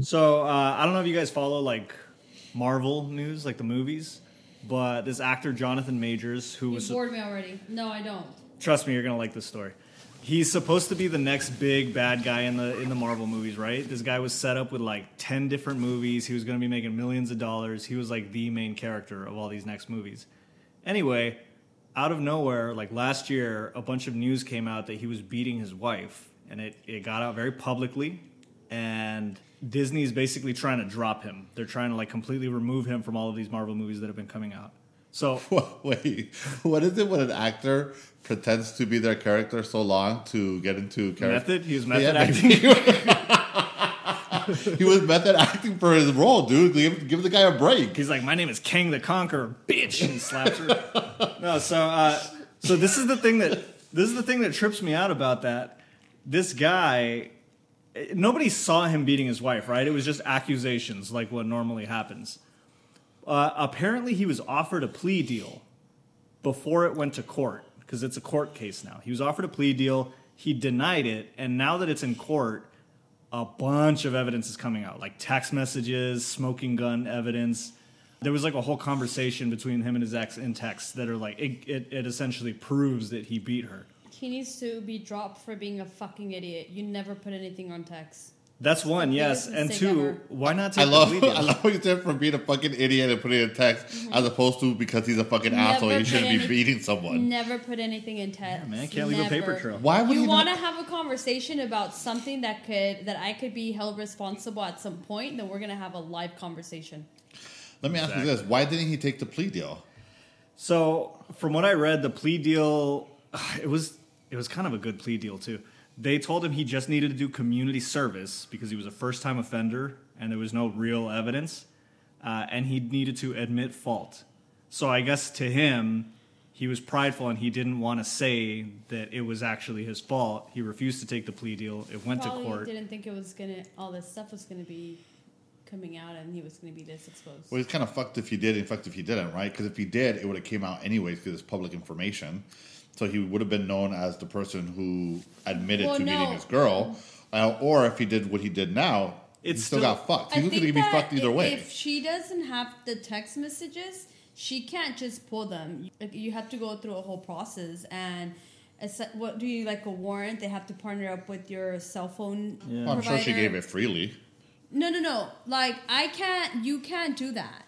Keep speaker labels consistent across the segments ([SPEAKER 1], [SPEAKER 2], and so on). [SPEAKER 1] So uh, I don't know if you guys follow like Marvel news, like the movies, but this actor Jonathan Majors, who
[SPEAKER 2] You
[SPEAKER 1] was
[SPEAKER 2] bored me already. No, I don't.
[SPEAKER 1] trust me, you're gonna like this story. He's supposed to be the next big bad guy in the in the Marvel movies, right? This guy was set up with like ten different movies. He was gonna be making millions of dollars. He was like the main character of all these next movies. Anyway, out of nowhere, like last year, a bunch of news came out that he was beating his wife, and it, it got out very publicly. And Disney's basically trying to drop him. They're trying to like completely remove him from all of these Marvel movies that have been coming out. So
[SPEAKER 3] Wait, what is it when an actor pretends to be their character so long to get into character?
[SPEAKER 1] method, he was method
[SPEAKER 3] Yeah,
[SPEAKER 1] acting.
[SPEAKER 3] He was method acting for his role, dude. Give, give the guy a break.
[SPEAKER 1] He's like, my name is Kang the Conqueror, bitch, and he slaps her. no, so uh, so this is the thing that this is the thing that trips me out about that. This guy, eh, nobody saw him beating his wife, right? It was just accusations, like what normally happens. Uh, apparently, he was offered a plea deal before it went to court because it's a court case now. He was offered a plea deal, he denied it, and now that it's in court, a bunch of evidence is coming out, like text messages, smoking gun evidence. There was like a whole conversation between him and his ex in text that are like it, it, it essentially proves that he beat her.
[SPEAKER 2] He needs to be dropped for being a fucking idiot. You never put anything on text.
[SPEAKER 1] That's one,
[SPEAKER 2] the
[SPEAKER 1] yes,
[SPEAKER 2] biggest
[SPEAKER 1] and
[SPEAKER 2] mistake
[SPEAKER 1] two,
[SPEAKER 2] ever.
[SPEAKER 1] why not
[SPEAKER 3] I
[SPEAKER 1] take
[SPEAKER 3] love,
[SPEAKER 1] the plea deal?
[SPEAKER 3] I love what you said from being a fucking idiot and putting in text, as opposed to because he's a fucking
[SPEAKER 2] Mm-hmm. Never
[SPEAKER 3] asshole, he
[SPEAKER 2] put
[SPEAKER 3] shouldn't be
[SPEAKER 2] any-
[SPEAKER 3] beating someone.
[SPEAKER 2] Never put anything in text.
[SPEAKER 1] man, can't leave a paper
[SPEAKER 2] Never.
[SPEAKER 1] trail.
[SPEAKER 3] Why would
[SPEAKER 2] you
[SPEAKER 3] he
[SPEAKER 2] want to
[SPEAKER 3] not?
[SPEAKER 2] have a conversation about something that could that I could be held responsible at some point? Then we're gonna have a live conversation.
[SPEAKER 3] Let me ask you this: Why didn't he take the plea deal?
[SPEAKER 1] So, from what I read, the plea deal it was it was kind of a good plea deal too. They told him he just needed to do community service because he was a first time offender and there was no real evidence, uh, and he needed to admit fault. So I guess to him, he was prideful and he didn't want to say that it was actually his fault. He refused to take the plea deal. It went
[SPEAKER 2] Probably
[SPEAKER 1] to court.
[SPEAKER 2] didn't think it was gonna all this stuff was gonna be coming out and he was gonna be this exposed.
[SPEAKER 3] Well, he's kind of fucked if he did and fucked if he didn't, right? Because if he did, it would have came out anyways because it's public information. So he would have been known as the person who admitted
[SPEAKER 2] Well,
[SPEAKER 3] to
[SPEAKER 2] no.
[SPEAKER 3] meeting his girl. Uh, or if he did what he did now,
[SPEAKER 1] It's
[SPEAKER 3] he still,
[SPEAKER 1] still-
[SPEAKER 3] got fucked.
[SPEAKER 2] I
[SPEAKER 3] He was going to
[SPEAKER 2] think
[SPEAKER 3] be
[SPEAKER 2] that
[SPEAKER 3] fucked either
[SPEAKER 2] if,
[SPEAKER 3] way.
[SPEAKER 2] If she doesn't have the text messages, she can't just pull them. Like, You have to go through a whole process and. it's- What do you like a warrant? They have to partner up with your cell phone.
[SPEAKER 3] Well, I'm sure she
[SPEAKER 2] provider.
[SPEAKER 3] gave it freely.
[SPEAKER 2] No, no, no. Like I can't. You can't do that.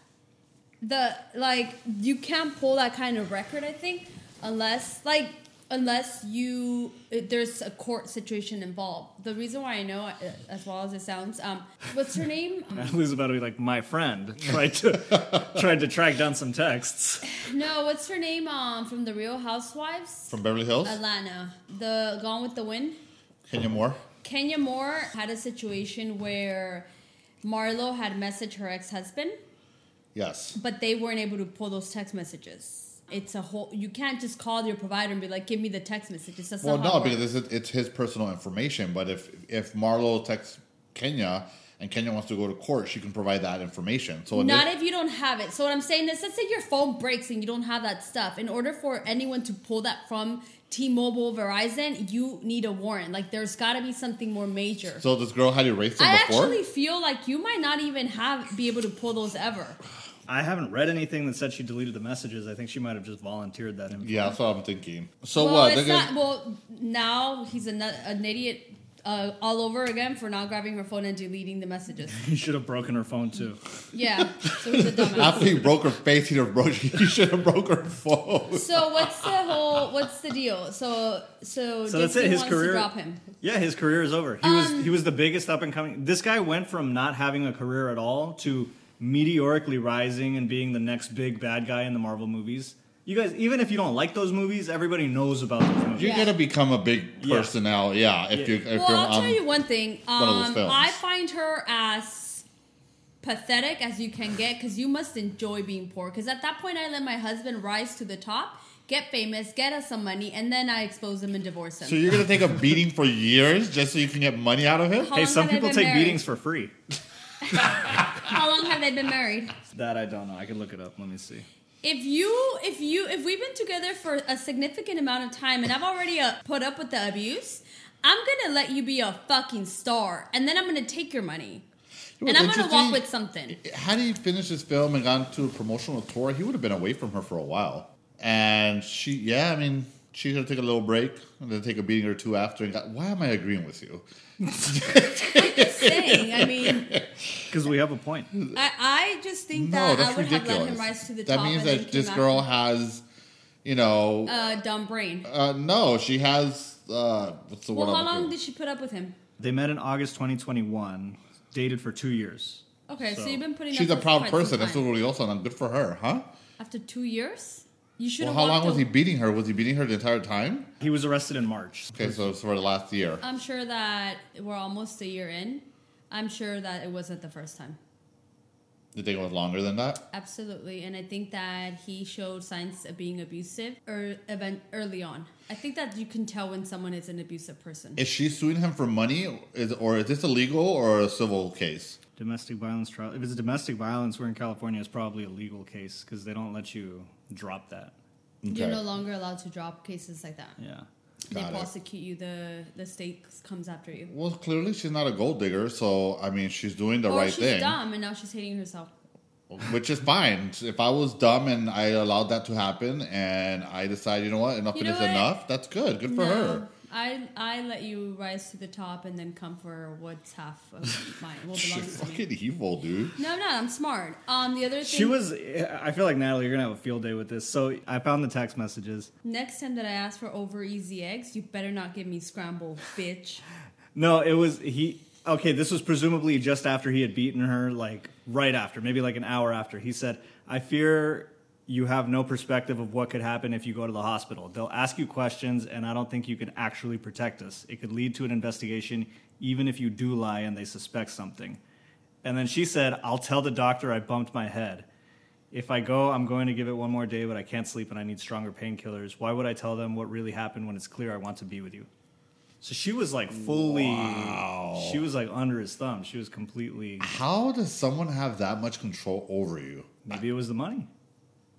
[SPEAKER 2] The like you can't pull that kind of record. I think unless like unless you it- there's a court situation involved. The reason why I know uh, as well as it sounds. Um, what's her name?
[SPEAKER 1] Natalie's about to be like, my friend tried to tried to track down some texts.
[SPEAKER 2] no, what's her name? Um, from the Real Housewives.
[SPEAKER 3] From Beverly Hills,
[SPEAKER 2] Alana, the Gone with the Wind.
[SPEAKER 3] Kenya Moore.
[SPEAKER 2] Kenya Moore had a situation where Marlo had messaged her ex-husband.
[SPEAKER 3] Yes.
[SPEAKER 2] but they weren't able to pull those text messages. It's a whole. You can't just call your provider and be like, "Give me the text messages." That's
[SPEAKER 3] Well,
[SPEAKER 2] not how
[SPEAKER 3] no,
[SPEAKER 2] it works.
[SPEAKER 3] because it's, it's his personal information. But if if Marlo texts Kenya and Kenya wants to go to court, she can provide that information. So in
[SPEAKER 2] not
[SPEAKER 3] this-
[SPEAKER 2] if you don't have it. So what I'm saying is, let's say your phone breaks and you don't have that stuff. In order for anyone to pull that from T-Mobile, Verizon, you need a warrant. Like there's got to be something more major.
[SPEAKER 3] so this girl had erased him
[SPEAKER 2] I
[SPEAKER 3] before.
[SPEAKER 2] actually feel like you might not even have be able to pull those ever.
[SPEAKER 1] I haven't read anything that said she deleted the messages. I think she might have just volunteered that info.
[SPEAKER 3] Yeah, that's what I'm thinking. So
[SPEAKER 2] well,
[SPEAKER 3] what? They're
[SPEAKER 2] It's
[SPEAKER 3] gonna-
[SPEAKER 2] not, well, now he's an, an idiot uh, all over again for not grabbing her phone and deleting the messages.
[SPEAKER 1] He should have broken her phone too.
[SPEAKER 2] Yeah, so he's a dumbass.
[SPEAKER 3] After he broke her face, he, broke, he should have broke her phone.
[SPEAKER 2] so what's the whole? What's the deal? So so,
[SPEAKER 1] So that's
[SPEAKER 2] Disney
[SPEAKER 1] it. His
[SPEAKER 2] wants to
[SPEAKER 1] career.
[SPEAKER 2] drop him.
[SPEAKER 1] Yeah, his career is over. He was he was the biggest up and coming. This guy went from not having a career at all to meteorically rising and being the next big bad guy in the Marvel movies. You guys, even if you don't like those movies, everybody knows about those movies.
[SPEAKER 3] You're
[SPEAKER 2] Yeah.
[SPEAKER 3] gonna become a big
[SPEAKER 1] Yeah.
[SPEAKER 3] personnel, yeah.
[SPEAKER 1] Yeah.
[SPEAKER 3] if you, if
[SPEAKER 2] Well,
[SPEAKER 3] you're um,
[SPEAKER 2] I'll
[SPEAKER 3] on,
[SPEAKER 2] tell you one thing.
[SPEAKER 3] one of those
[SPEAKER 2] Um,
[SPEAKER 3] films.
[SPEAKER 2] I find her as pathetic as you can get because you must enjoy being poor. Because at that point, I let my husband rise to the top, get famous, get us some money, and then I expose him and divorce him.
[SPEAKER 3] so you're gonna take a beating for years just so you can get money out of him.
[SPEAKER 2] How
[SPEAKER 1] Hey,
[SPEAKER 2] long
[SPEAKER 1] some
[SPEAKER 2] have they
[SPEAKER 1] people
[SPEAKER 2] been
[SPEAKER 1] take
[SPEAKER 2] married?
[SPEAKER 1] beatings for free.
[SPEAKER 2] How long have they been married?
[SPEAKER 1] That I don't know. I could look it up. Let me see.
[SPEAKER 2] If you, if you, if we've been together for a significant amount of time and I've already uh, put up with the abuse, I'm gonna let you be a fucking star, and then I'm gonna take your money.
[SPEAKER 3] was
[SPEAKER 2] and I'm gonna
[SPEAKER 3] interesting.
[SPEAKER 2] walk with something.
[SPEAKER 3] Had he finished his film and gone to a promotional tour, he would have been away from her for a while. And she, yeah, I mean, she's gonna take a little break and then take a beating or two after. And got, why am I agreeing with you?
[SPEAKER 2] Just saying. I mean,
[SPEAKER 1] because we have a point.
[SPEAKER 2] I, I just think
[SPEAKER 3] No,
[SPEAKER 2] that I
[SPEAKER 3] that's
[SPEAKER 2] would
[SPEAKER 3] ridiculous.
[SPEAKER 2] have let him rise to the
[SPEAKER 3] that
[SPEAKER 2] top.
[SPEAKER 3] means
[SPEAKER 2] and then
[SPEAKER 3] that this
[SPEAKER 2] came
[SPEAKER 3] girl has, you know,
[SPEAKER 2] after- uh, dumb brain.
[SPEAKER 3] uh, no, she has. Uh, what's the
[SPEAKER 2] Well,
[SPEAKER 3] word?
[SPEAKER 2] how
[SPEAKER 3] I'm looking
[SPEAKER 2] long
[SPEAKER 3] for?
[SPEAKER 2] did she put up with him?
[SPEAKER 1] They met in August 2021, dated for two years.
[SPEAKER 2] Okay, so,
[SPEAKER 1] So-
[SPEAKER 2] you've been putting.
[SPEAKER 3] She's a
[SPEAKER 2] up with
[SPEAKER 3] proud
[SPEAKER 2] quite some
[SPEAKER 3] person.
[SPEAKER 2] time.
[SPEAKER 3] Absolutely, also, and good for her, huh?
[SPEAKER 2] After two years, you should
[SPEAKER 3] Well,
[SPEAKER 2] have.
[SPEAKER 3] how long was he
[SPEAKER 2] walked
[SPEAKER 3] beating her? Was he beating her the entire time?
[SPEAKER 1] He was arrested in March.
[SPEAKER 3] Okay, so it's for the last year.
[SPEAKER 2] a- I'm sure that we're almost a year in. I'm sure that it wasn't the first time.
[SPEAKER 3] You think it was longer than that?
[SPEAKER 2] Absolutely, and I think that he showed signs of being abusive or event early on. I think that you can tell when someone is an abusive person.
[SPEAKER 3] Is she suing him for money, is, or is this a legal or a civil case?
[SPEAKER 1] Domestic violence trial. If it's domestic violence, we're in California. It's probably a legal case because they don't let you drop that.
[SPEAKER 2] You're
[SPEAKER 3] Okay.
[SPEAKER 2] no longer allowed to drop cases like that.
[SPEAKER 1] Yeah.
[SPEAKER 3] Got it.
[SPEAKER 2] they prosecute you. The the state comes after you.
[SPEAKER 3] Well, clearly she's not a gold digger, so I mean she's doing the
[SPEAKER 2] or
[SPEAKER 3] right
[SPEAKER 2] she's
[SPEAKER 3] thing,
[SPEAKER 2] dumb and now she's hating herself.
[SPEAKER 3] which is fine. If I was dumb and I allowed that to happen, and I decide, you know what, enough
[SPEAKER 2] You
[SPEAKER 3] it
[SPEAKER 2] know
[SPEAKER 3] is
[SPEAKER 2] what?
[SPEAKER 3] enough, that's good, good for
[SPEAKER 2] no,
[SPEAKER 3] her.
[SPEAKER 2] I I let you rise to the top and then come for what's half of mine. What
[SPEAKER 3] She's
[SPEAKER 2] belongs to me.
[SPEAKER 3] fucking evil, dude.
[SPEAKER 2] No, I'm not. I'm smart. Um, the other thing.
[SPEAKER 1] She was. I feel like Natalie, you're gonna have a field day with this. So I found the text messages.
[SPEAKER 2] Next time that I ask for over easy eggs, you better not give me scrambled, bitch.
[SPEAKER 1] No, it was he. Okay, this was presumably just after he had beaten her, like right after, maybe like an hour after. He said, "I fear you have no perspective of what could happen if you go to the hospital. They'll ask you questions, and I don't think you can actually protect us. It could lead to an investigation, even if you do lie and they suspect something." And then she said, "I'll tell the doctor I bumped my head." If I go, I'm going to give it one more day, but I can't sleep and I need stronger painkillers. Why would I tell them what really happened when it's clear I want to be with you? So she was like fully. She was like under his thumb. She was completely.
[SPEAKER 3] How does someone have that much control over you?
[SPEAKER 1] Maybe it was the money.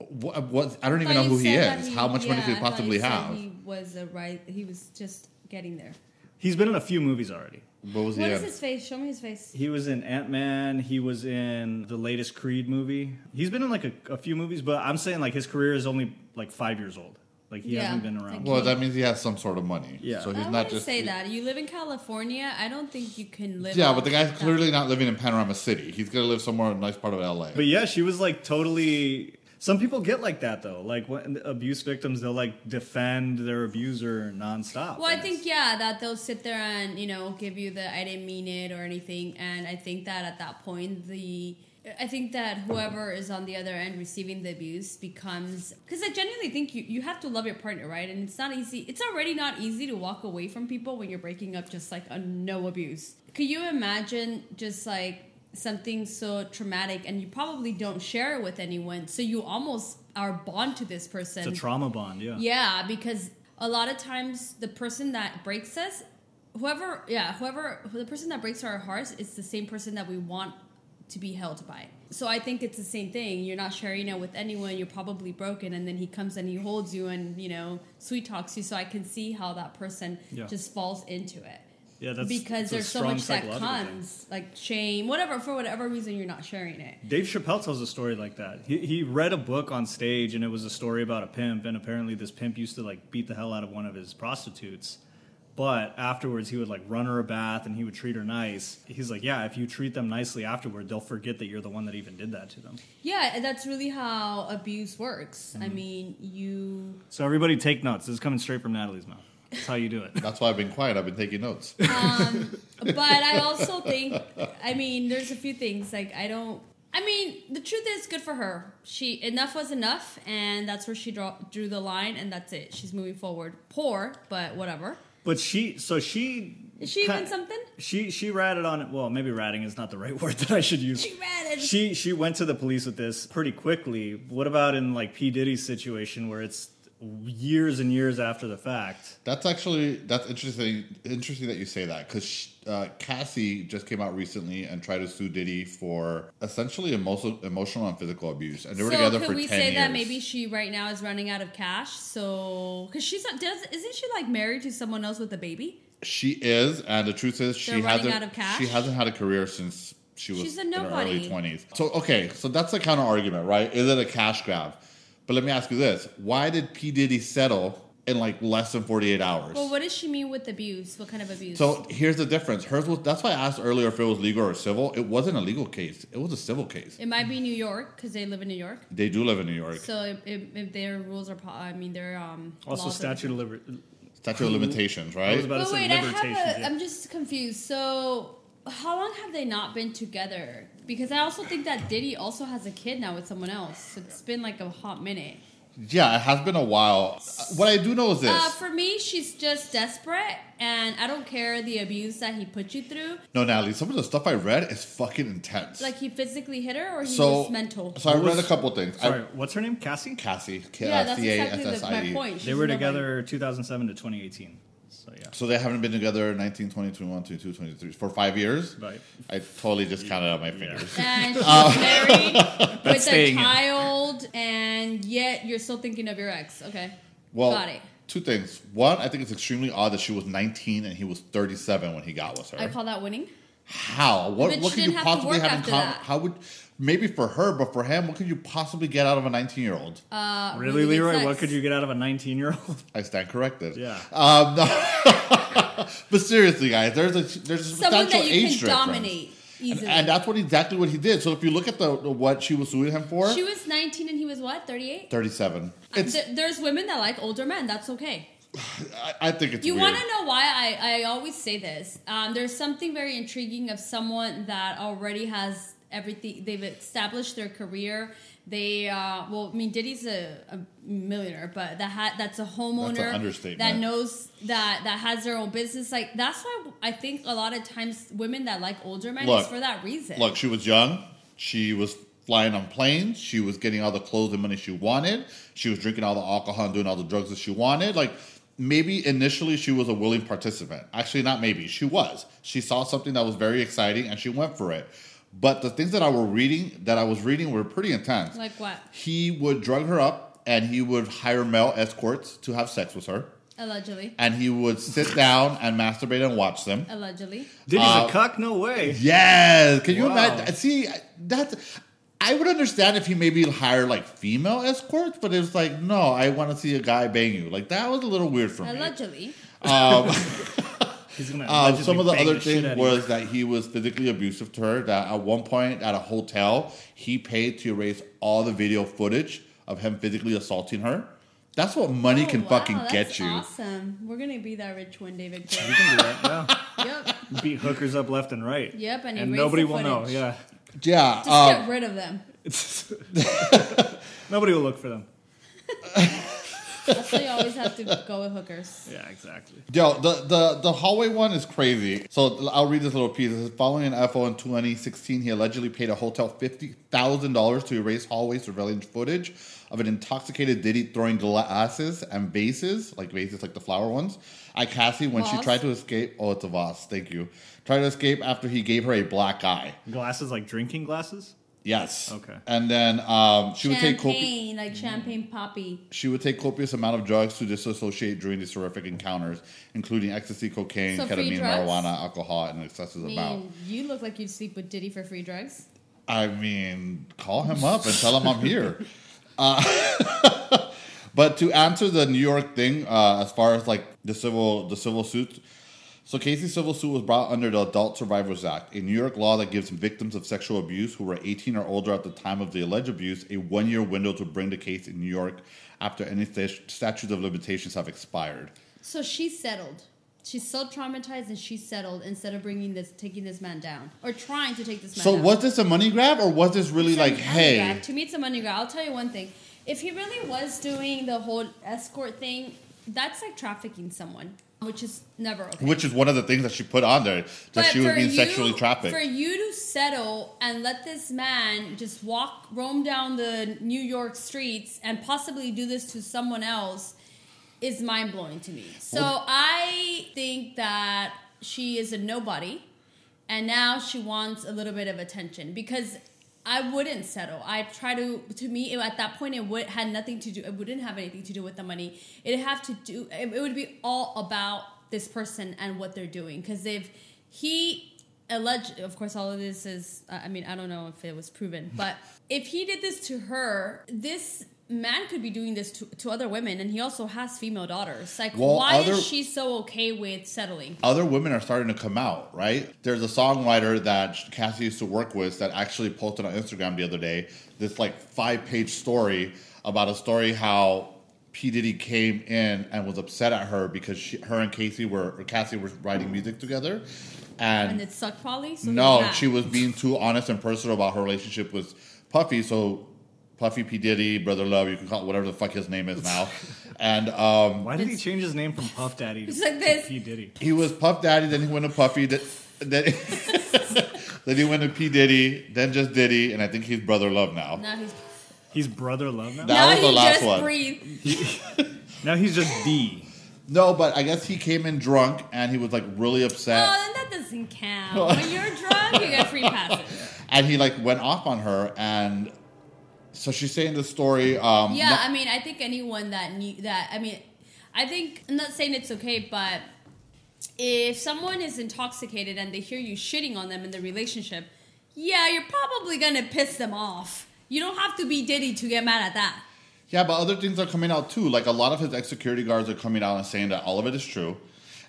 [SPEAKER 3] What, what, I don't even
[SPEAKER 2] Thought you
[SPEAKER 3] know who he
[SPEAKER 2] said that
[SPEAKER 3] is. How much money
[SPEAKER 2] yeah,
[SPEAKER 3] could
[SPEAKER 2] I
[SPEAKER 3] he
[SPEAKER 2] thought you
[SPEAKER 3] possibly
[SPEAKER 2] said
[SPEAKER 3] have?
[SPEAKER 2] He was a right. He was just getting there.
[SPEAKER 1] He's been in a few movies already.
[SPEAKER 3] What was he
[SPEAKER 2] What is
[SPEAKER 3] in?
[SPEAKER 2] his face? Show me his face.
[SPEAKER 1] He was in Ant Man. He was in the latest Creed movie. He's been in like a, a few movies, but I'm saying like his career is only like five years old. Like he
[SPEAKER 2] Yeah,
[SPEAKER 1] hasn't been
[SPEAKER 2] like
[SPEAKER 1] around.
[SPEAKER 3] Well, that means he has some sort of money.
[SPEAKER 1] Yeah.
[SPEAKER 3] So he's
[SPEAKER 2] I
[SPEAKER 3] not
[SPEAKER 2] wouldn't
[SPEAKER 3] just.
[SPEAKER 2] say that. You live in California. I don't think you can live.
[SPEAKER 3] Yeah,
[SPEAKER 2] on
[SPEAKER 3] but the guy's
[SPEAKER 2] that.
[SPEAKER 3] clearly not living in Panorama City. He's gonna live somewhere in a nice part of LA.
[SPEAKER 1] But yeah, she was like totally. Some people get like that though. Like when abuse victims, they'll like defend their abuser nonstop.
[SPEAKER 2] Well, I think yeah that they'll sit there and you know give you the I didn't mean it or anything, and I think that at that point the I think that whoever is on the other end receiving the abuse becomes because I genuinely think you you have to love your partner right, and it's not easy. It's already not easy to walk away from people when you're breaking up just like a no abuse. Could you imagine just like something so traumatic and you probably don't share it with anyone, so you almost are bond to this person.
[SPEAKER 1] it's a trauma bond. Yeah.
[SPEAKER 2] Yeah, because a lot of times the person that breaks us, whoever, yeah, whoever, the person that breaks our hearts is the same person that we want to be held by. So I think it's the same thing. You're not sharing it with anyone. You're probably broken, and then he comes and he holds you and you know sweet talks you. So I can see how that person
[SPEAKER 1] Yeah.
[SPEAKER 2] just falls into it
[SPEAKER 1] Yeah, that's
[SPEAKER 2] because
[SPEAKER 1] it's a
[SPEAKER 2] there's so
[SPEAKER 1] strong
[SPEAKER 2] much that
[SPEAKER 1] psychological thing.
[SPEAKER 2] comes, like shame, whatever. For whatever reason, you're not sharing it.
[SPEAKER 1] Dave Chappelle tells a story like that. He, he read a book on stage, and it was a story about a pimp. And apparently, this pimp used to like beat the hell out of one of his prostitutes. But afterwards, he would like run her a bath, and he would treat her nice. He's like, yeah, if you treat them nicely afterward, they'll forget that you're the one that even did that to them.
[SPEAKER 2] Yeah, and that's really how abuse works.
[SPEAKER 1] Mm-hmm.
[SPEAKER 2] I mean, you
[SPEAKER 1] So everybody, take notes. This is coming straight from Natalie's mouth. That's how you do it.
[SPEAKER 3] That's why I've been quiet. I've been taking notes.
[SPEAKER 2] but I also think, I mean, there's a few things like I don't. I mean, the truth is, good for her. She enough was enough, and that's where she draw, drew the line, and that's it. She's moving forward. Poor, but whatever.
[SPEAKER 1] But she, so she,
[SPEAKER 2] Is she
[SPEAKER 1] kin-
[SPEAKER 2] even something?
[SPEAKER 1] She she ratted on it. Well, maybe ratting is not the right word that I should use.
[SPEAKER 2] She ratted.
[SPEAKER 1] She she went to the police with this pretty quickly. What about in like P Diddy's situation where it's years and years after the fact?
[SPEAKER 3] that's actually that's interesting. Interesting that you say that because uh, Cassie just came out recently and tried to sue Diddy for essentially emotional, emotional and physical abuse, and they were
[SPEAKER 2] So
[SPEAKER 3] together
[SPEAKER 2] could
[SPEAKER 3] for
[SPEAKER 2] we
[SPEAKER 3] ten
[SPEAKER 2] say
[SPEAKER 3] years.
[SPEAKER 2] that maybe she right now is running out of cash? So because she's not, does isn't she like married to someone else with a baby?
[SPEAKER 3] She is, and the truth is, she
[SPEAKER 2] They're running
[SPEAKER 3] hasn't.
[SPEAKER 2] out of cash?
[SPEAKER 3] She hasn't had a career since she was
[SPEAKER 2] She's a
[SPEAKER 3] in her
[SPEAKER 2] nobody.
[SPEAKER 3] early 20s. So, okay, so that's the counter argument, right? Is it a cash grab? But let me ask you this why did P. Diddy settle in like less than 48 hours?
[SPEAKER 2] Well, what does she mean with abuse? What kind of abuse?
[SPEAKER 3] So here's the difference. Hers was that's why I asked earlier if it was legal or civil. It wasn't a legal case. It was a civil case.
[SPEAKER 2] it might be New York because they live in New York.
[SPEAKER 3] They do live in New York.
[SPEAKER 2] So if, if, if their rules are, po- I mean, their um.
[SPEAKER 1] Also,
[SPEAKER 2] laws are-
[SPEAKER 1] statute of liberty.
[SPEAKER 3] Statute of limitations,
[SPEAKER 1] I
[SPEAKER 3] right?
[SPEAKER 1] was about to
[SPEAKER 2] But
[SPEAKER 1] say
[SPEAKER 2] wait, I
[SPEAKER 1] libertations.
[SPEAKER 2] have a.
[SPEAKER 1] yeah.
[SPEAKER 2] I'm just confused. So, how long have they not been together? Because I also think that Diddy also has a kid now with someone else. So it's been like a hot minute.
[SPEAKER 3] yeah, it has been a while. What I do know is this.
[SPEAKER 2] Uh, for me, she's just desperate, and I don't care the abuse that he put you through.
[SPEAKER 3] no, Natalie, some of the stuff I read is fucking intense.
[SPEAKER 2] Like he physically hit her, or he
[SPEAKER 3] so
[SPEAKER 2] was mental.
[SPEAKER 3] So I
[SPEAKER 1] What
[SPEAKER 3] read
[SPEAKER 1] was-
[SPEAKER 3] a couple things.
[SPEAKER 1] Sorry,
[SPEAKER 3] I,
[SPEAKER 1] what's her name? Cassie.
[SPEAKER 3] Cassie, K
[SPEAKER 2] yeah,
[SPEAKER 3] S
[SPEAKER 2] that's
[SPEAKER 3] C A S
[SPEAKER 2] exactly
[SPEAKER 3] S
[SPEAKER 2] the, my
[SPEAKER 3] I E.
[SPEAKER 2] point.
[SPEAKER 1] They
[SPEAKER 2] She's
[SPEAKER 1] were
[SPEAKER 2] nobody.
[SPEAKER 1] together 2007 to 2018. So yeah,
[SPEAKER 3] So they haven't been together 19, 20, 21, 22, 23 for five years.
[SPEAKER 1] Right.
[SPEAKER 3] I totally just counted on my fingers.
[SPEAKER 2] and
[SPEAKER 3] Oh.
[SPEAKER 2] she's married with a
[SPEAKER 1] staying in.
[SPEAKER 2] child, and yet you're still thinking of your ex. Okay,
[SPEAKER 3] Well,
[SPEAKER 2] got it.
[SPEAKER 3] two things. One, I think it's extremely odd that she was 19 and he was 37 when he got with her.
[SPEAKER 2] I call that winning.
[SPEAKER 3] How? What,
[SPEAKER 2] But
[SPEAKER 3] what
[SPEAKER 2] she
[SPEAKER 3] could you
[SPEAKER 2] didn't have to
[SPEAKER 3] possibly
[SPEAKER 2] work
[SPEAKER 3] have in
[SPEAKER 2] after
[SPEAKER 3] common?
[SPEAKER 2] that.
[SPEAKER 3] How would maybe for her, but for him, what could you possibly get out of a 19 year old?
[SPEAKER 2] Uh,
[SPEAKER 1] really,
[SPEAKER 2] good
[SPEAKER 1] Leroy?
[SPEAKER 2] sex.
[SPEAKER 1] What could you get out of a 19 year old?
[SPEAKER 3] I stand corrected.
[SPEAKER 1] Yeah.
[SPEAKER 3] Um, no- but seriously, guys, there's a there's a
[SPEAKER 2] Someone
[SPEAKER 3] substantial
[SPEAKER 2] that you
[SPEAKER 3] age
[SPEAKER 2] can
[SPEAKER 3] difference.
[SPEAKER 2] dominate
[SPEAKER 3] And,
[SPEAKER 2] easily.
[SPEAKER 3] and that's what exactly what he did. So if you look at the, the what she was suing him for,
[SPEAKER 2] she was 19 and he was what, 38?
[SPEAKER 3] 37. It's
[SPEAKER 2] Th- there's women that like older men. That's okay.
[SPEAKER 3] I, I think it's
[SPEAKER 2] You
[SPEAKER 3] weird.
[SPEAKER 2] want to know why I, I always say this. Um, there's something very intriguing of someone that already has everything. They've established their career. They uh, well, I mean, Diddy's a, a millionaire, but that ha- that's a homeowner
[SPEAKER 3] understatement.
[SPEAKER 2] that knows that that has their own business. Like that's why I think a lot of times women that like older men
[SPEAKER 3] Look,
[SPEAKER 2] is for that reason.
[SPEAKER 3] Look, she was young. She was flying on planes. She was getting all the clothes and money she wanted. She was drinking all the alcohol and doing all the drugs that she wanted. Like maybe initially she was a willing participant. Actually, not maybe. She was. She saw something that was very exciting and she went for it. But the things that I were reading that I was reading were pretty intense.
[SPEAKER 2] Like what?
[SPEAKER 3] He would drug her up and he would hire male escorts to have sex with her.
[SPEAKER 2] Allegedly.
[SPEAKER 3] And he would sit down and masturbate and watch them.
[SPEAKER 2] Allegedly.
[SPEAKER 1] Diddy's
[SPEAKER 3] Uh,
[SPEAKER 1] a cuck? No way.
[SPEAKER 3] Yes. Can you
[SPEAKER 1] Wow.
[SPEAKER 3] imagine? See, that's. I would understand if he maybe hired like female escorts, but it's like, no, I want to see a guy bang you. Like that was a little weird for me.
[SPEAKER 2] Allegedly.
[SPEAKER 1] He's gonna.
[SPEAKER 3] Uh,
[SPEAKER 1] allegedly
[SPEAKER 3] some of the
[SPEAKER 1] bang
[SPEAKER 3] other
[SPEAKER 1] shit
[SPEAKER 3] things
[SPEAKER 1] out of you.
[SPEAKER 3] was that he was physically abusive to her. That at one point at a hotel, he paid to erase all the video footage of him physically assaulting her. That's what money
[SPEAKER 2] Oh,
[SPEAKER 3] can
[SPEAKER 2] wow,
[SPEAKER 3] fucking
[SPEAKER 2] that's
[SPEAKER 3] get you.
[SPEAKER 2] Awesome. We're gonna be that rich one day, Victor.
[SPEAKER 1] You can do that,
[SPEAKER 2] yep. Just
[SPEAKER 1] yeah. Beat hookers up left and right.
[SPEAKER 2] Yep, and erase
[SPEAKER 1] nobody
[SPEAKER 2] the
[SPEAKER 1] will know.
[SPEAKER 2] footage.
[SPEAKER 1] Yeah.
[SPEAKER 3] Yeah. um,
[SPEAKER 2] get rid of them.
[SPEAKER 1] It's- nobody will look for them.
[SPEAKER 2] That's why you always have to go with hookers.
[SPEAKER 1] Yeah, exactly.
[SPEAKER 3] Yo, the, the, the hallway one is crazy. So I'll read this little piece. It says, following an FO in 2016, he allegedly paid a hotel $50,000 to erase hallway surveillance footage of an intoxicated Diddy throwing glasses and vases, like vases like the flower ones, at Cassie when she
[SPEAKER 2] Vase.
[SPEAKER 3] tried to escape. Oh, it's a vase. Thank you. Tried to escape after he gave her a black eye.
[SPEAKER 1] Glasses like drinking glasses.
[SPEAKER 3] Yes.
[SPEAKER 1] Okay.
[SPEAKER 3] And then um, she would take Mm. copious
[SPEAKER 2] champagne, like champagne poppy.
[SPEAKER 3] she would take copious amount of drugs to disassociate during these horrific encounters, including ecstasy, cocaine,
[SPEAKER 2] So free
[SPEAKER 3] ketamine,
[SPEAKER 2] drugs?
[SPEAKER 3] marijuana, alcohol, and excessive
[SPEAKER 2] I
[SPEAKER 3] amount.
[SPEAKER 2] mean, you look like you'd sleep with Diddy for free drugs.
[SPEAKER 3] I mean, call him up and tell him I'm here. Uh, but to answer the New York thing, uh, as far as like the civil the civil suit, so Casey's civil suit was brought under the Adult Survivors Act, a New York law that gives victims of sexual abuse who were 18 or older at the time of the alleged abuse a one year window to bring the case in New York after any st- statutes of limitations have expired.
[SPEAKER 2] So she settled. She's so traumatized, and she settled instead of bringing this, taking this man down, or trying to take this man
[SPEAKER 3] So
[SPEAKER 2] down.
[SPEAKER 3] was this a money grab or was this really
[SPEAKER 2] It's a
[SPEAKER 3] like,
[SPEAKER 2] money
[SPEAKER 3] hey,
[SPEAKER 2] grab. to me, it's a money grab. I'll tell you one thing: if he really was doing the whole escort thing, that's like trafficking someone, which is never okay.
[SPEAKER 3] which is one of the things that she put on there that she was
[SPEAKER 2] for
[SPEAKER 3] being
[SPEAKER 2] you-
[SPEAKER 3] sexually trafficked.
[SPEAKER 2] For you to settle and let this man just walk, roam down the New York streets and possibly do this to someone else is mind blowing to me. So
[SPEAKER 3] Well-
[SPEAKER 2] I think that she is a nobody and now she wants a little bit of attention because. I wouldn't settle. I try to. To me, it, at that point, it would had nothing to do. It wouldn't have anything to do with the money. It have to do. It, it would be all about this person and what they're doing. Because if he alleged, of course, all of this is, I I mean, I don't know if it was proven, but if he did this to her, this man could be doing this to, to other women, and he also has female daughters. Like,
[SPEAKER 3] Well,
[SPEAKER 2] why
[SPEAKER 3] other-
[SPEAKER 2] is she so okay with settling?
[SPEAKER 3] other women are starting to come out, right? There's a songwriter that Cassie used to work with that actually posted on Instagram the other day this like five page story about a story how P. Diddy came in and was upset at her because she, her and Casey were, or Cassie were writing music together.
[SPEAKER 2] And
[SPEAKER 3] And,
[SPEAKER 2] it sucked, probably. So
[SPEAKER 3] no,
[SPEAKER 2] he's mad.
[SPEAKER 3] she was being too honest and personal about her relationship with Puffy. So Puffy P. Diddy, Brother Love, you can call it whatever the fuck his name is now. and, um,
[SPEAKER 1] Why did he change his name from Puff Daddy to
[SPEAKER 2] It's like this.
[SPEAKER 1] P Diddy?
[SPEAKER 3] he was Puff Daddy, then he went to Puffy, then, then, then he went to P Diddy, then just Diddy, and I think he's Brother Love now.
[SPEAKER 2] Now he's.
[SPEAKER 1] He's brother love now.
[SPEAKER 3] That
[SPEAKER 2] now
[SPEAKER 3] was the
[SPEAKER 2] he
[SPEAKER 3] last
[SPEAKER 2] just
[SPEAKER 3] one.
[SPEAKER 2] breathed.
[SPEAKER 1] Now he's just D.
[SPEAKER 3] No, but I guess he came in drunk and he was like really upset,
[SPEAKER 2] Oh, then that doesn't count. When you're drunk, you get free passes.
[SPEAKER 3] and he like went off on her, and so she's saying the story. Um,
[SPEAKER 2] Yeah,
[SPEAKER 3] no-
[SPEAKER 2] I mean, I think anyone that knew that, I mean, I think, I'm not saying it's okay, but if someone is intoxicated and they hear you shitting on them in the relationship, yeah, you're probably gonna piss them off. You don't have to be Diddy to get mad at that.
[SPEAKER 3] Yeah, but other things are coming out too. Like a lot of his ex security guards are coming out and saying that all of it is true.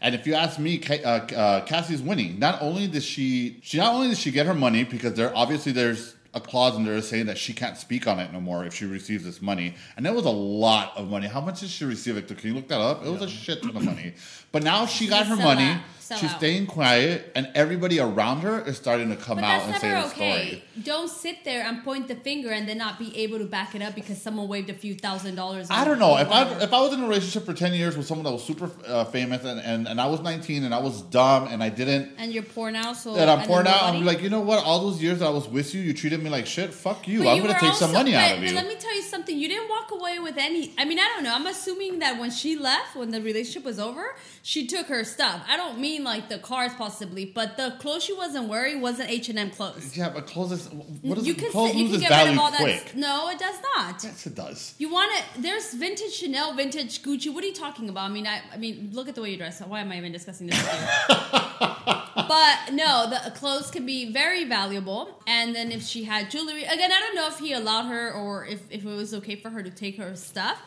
[SPEAKER 3] And if you ask me, Ca- uh, uh, Cassie's winning. Not only did she, she not only did she get her money because there obviously there's a clause in there saying that she can't speak on it no more if she receives this money. And that was a lot of money. How much did she receive? Victor, can you look that up? It was a shit ton of money. But now she got her
[SPEAKER 2] Sell
[SPEAKER 3] money.
[SPEAKER 2] out. Sell
[SPEAKER 3] She's
[SPEAKER 2] out.
[SPEAKER 3] staying quiet, and everybody around her is starting to come
[SPEAKER 2] But
[SPEAKER 3] out and
[SPEAKER 2] that's
[SPEAKER 3] say
[SPEAKER 2] never
[SPEAKER 3] the
[SPEAKER 2] okay.
[SPEAKER 3] story.
[SPEAKER 2] Don't sit there and point the finger and then not be able to back it up because someone waived a few thousand dollars.
[SPEAKER 3] I
[SPEAKER 2] on-
[SPEAKER 3] don't know.
[SPEAKER 2] on
[SPEAKER 3] If I
[SPEAKER 2] whatever.
[SPEAKER 3] if I was in a relationship for ten years with someone that was super uh, famous and, and, and I was nineteen and I was dumb and I didn't
[SPEAKER 2] and you're poor now, so
[SPEAKER 3] and I'm
[SPEAKER 2] and
[SPEAKER 3] pouring out, I'm
[SPEAKER 2] nobody-
[SPEAKER 3] like, you know what? All those years that I was with you, you treated me like shit. Fuck you.
[SPEAKER 2] But
[SPEAKER 3] I'm
[SPEAKER 2] you
[SPEAKER 3] gonna
[SPEAKER 2] were
[SPEAKER 3] take some
[SPEAKER 2] also-
[SPEAKER 3] money
[SPEAKER 2] but-
[SPEAKER 3] out of you.
[SPEAKER 2] But let me tell you something. You didn't walk away with any. I mean, I don't know. I'm assuming that when she left, when the relationship was over, she took her stuff. I don't mean like the cars, possibly, but the clothes she wasn't wearing wasn't H and M clothes.
[SPEAKER 3] yeah, but clothes. Is, what does
[SPEAKER 2] You can
[SPEAKER 3] clothes
[SPEAKER 2] sit- you
[SPEAKER 3] lose
[SPEAKER 2] can
[SPEAKER 3] its
[SPEAKER 2] get rid
[SPEAKER 3] value
[SPEAKER 2] of all
[SPEAKER 3] quick?
[SPEAKER 2] that. No, it does not.
[SPEAKER 3] Yes, it does.
[SPEAKER 2] You want to? There's vintage Chanel, vintage Gucci. What are you talking about? I mean, I, I mean, look at the way you dress. Why am I even discussing this? With you? but no, the clothes can be very valuable. And then if she had jewelry, again, I don't know if he allowed her or if, if it was okay for her to take her stuff.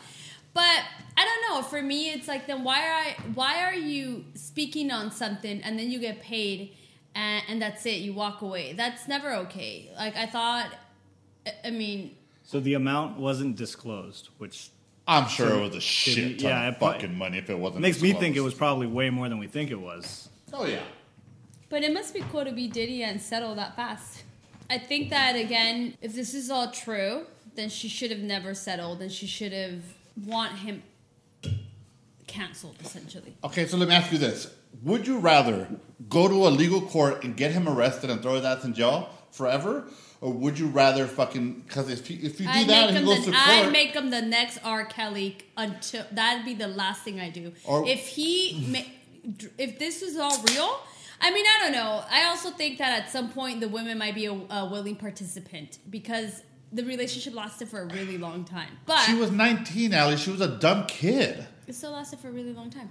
[SPEAKER 2] But I don't know. For me, it's like then why are I, why are you speaking on something and then you get paid and, and that's it? You walk away. That's never okay. Like I thought. I- I mean,
[SPEAKER 1] So the amount wasn't disclosed, which
[SPEAKER 3] I'm sure it was a
[SPEAKER 1] Should be-
[SPEAKER 3] shit ton
[SPEAKER 1] yeah,
[SPEAKER 3] of
[SPEAKER 1] it probably-
[SPEAKER 3] fucking money if it wasn't.
[SPEAKER 1] makes me think it was
[SPEAKER 3] disclosed.
[SPEAKER 1] probably way more than we think it was.
[SPEAKER 3] Oh yeah.
[SPEAKER 2] But it must be cool to be Diddy and settle that fast. I think that again, if this is all true, then she should have never settled, and she should have want him canceled essentially.
[SPEAKER 3] Okay, so let me ask you this: Would you rather go to a legal court and get him arrested and throw his ass in jail forever, or would you rather fucking? Because if you, if you do
[SPEAKER 2] I'd
[SPEAKER 3] that
[SPEAKER 2] make,
[SPEAKER 3] and he
[SPEAKER 2] him
[SPEAKER 3] goes to
[SPEAKER 2] the,
[SPEAKER 3] court,
[SPEAKER 2] I'd make him the next R. Kelly until that'd be the last thing I do.
[SPEAKER 3] Or-
[SPEAKER 2] if he, ma- if this is all real, I mean, I don't know. I also think that at some point the women might be a, a willing participant because the relationship lasted for a really long time. But
[SPEAKER 3] she was 19, Allie. She was a dumb kid.
[SPEAKER 2] It still lasted for a really long time.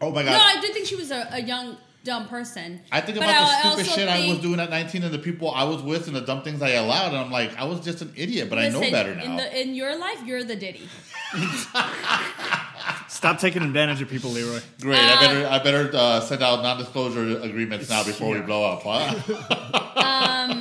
[SPEAKER 3] Oh my god.
[SPEAKER 2] No, I did think she was a, a young, dumb person.
[SPEAKER 3] I think
[SPEAKER 2] But
[SPEAKER 3] about
[SPEAKER 2] I
[SPEAKER 3] the stupid
[SPEAKER 2] also
[SPEAKER 3] shit I was
[SPEAKER 2] think-
[SPEAKER 3] doing at 19 and the people I was with and the dumb things I allowed. And I'm like, I was just an idiot, but I know
[SPEAKER 2] Listen,
[SPEAKER 3] better
[SPEAKER 2] In,
[SPEAKER 3] now.
[SPEAKER 2] the, in your life, you're the Diddy.
[SPEAKER 1] Stop taking advantage of people, Leroy.
[SPEAKER 3] Great. I better I better uh, send out non disclosure agreements now before we
[SPEAKER 1] Yeah.
[SPEAKER 3] blow up. Huh?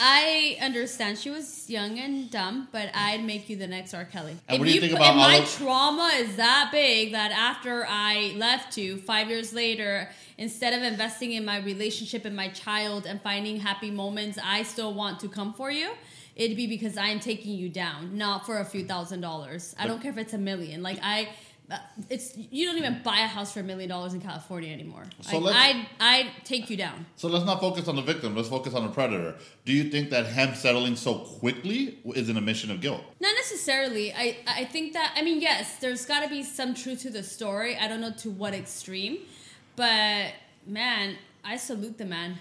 [SPEAKER 2] I understand she was young and dumb, but I'd make you the next R. Kelly.
[SPEAKER 3] And what do you think
[SPEAKER 2] put-
[SPEAKER 3] about
[SPEAKER 2] if my
[SPEAKER 3] all of-
[SPEAKER 2] trauma is that big that after I left you five years later, instead of investing in my relationship and my child and finding happy moments, I still want to come for you. It'd be because I am taking you down, not for a few thousand dollars. I don't care if it's a million. Like I. uh, It's you don't even buy a house for a million dollars in California anymore.
[SPEAKER 3] So
[SPEAKER 2] like,
[SPEAKER 3] let's-
[SPEAKER 2] I'd I'd take you down.
[SPEAKER 3] so let's not focus on the victim. Let's focus on the predator. Do you think that him settling so quickly is an admission of guilt?
[SPEAKER 2] Not necessarily. I I think that I mean yes, there's got to be some truth to the story. I don't know to what extreme, but man, I salute the man.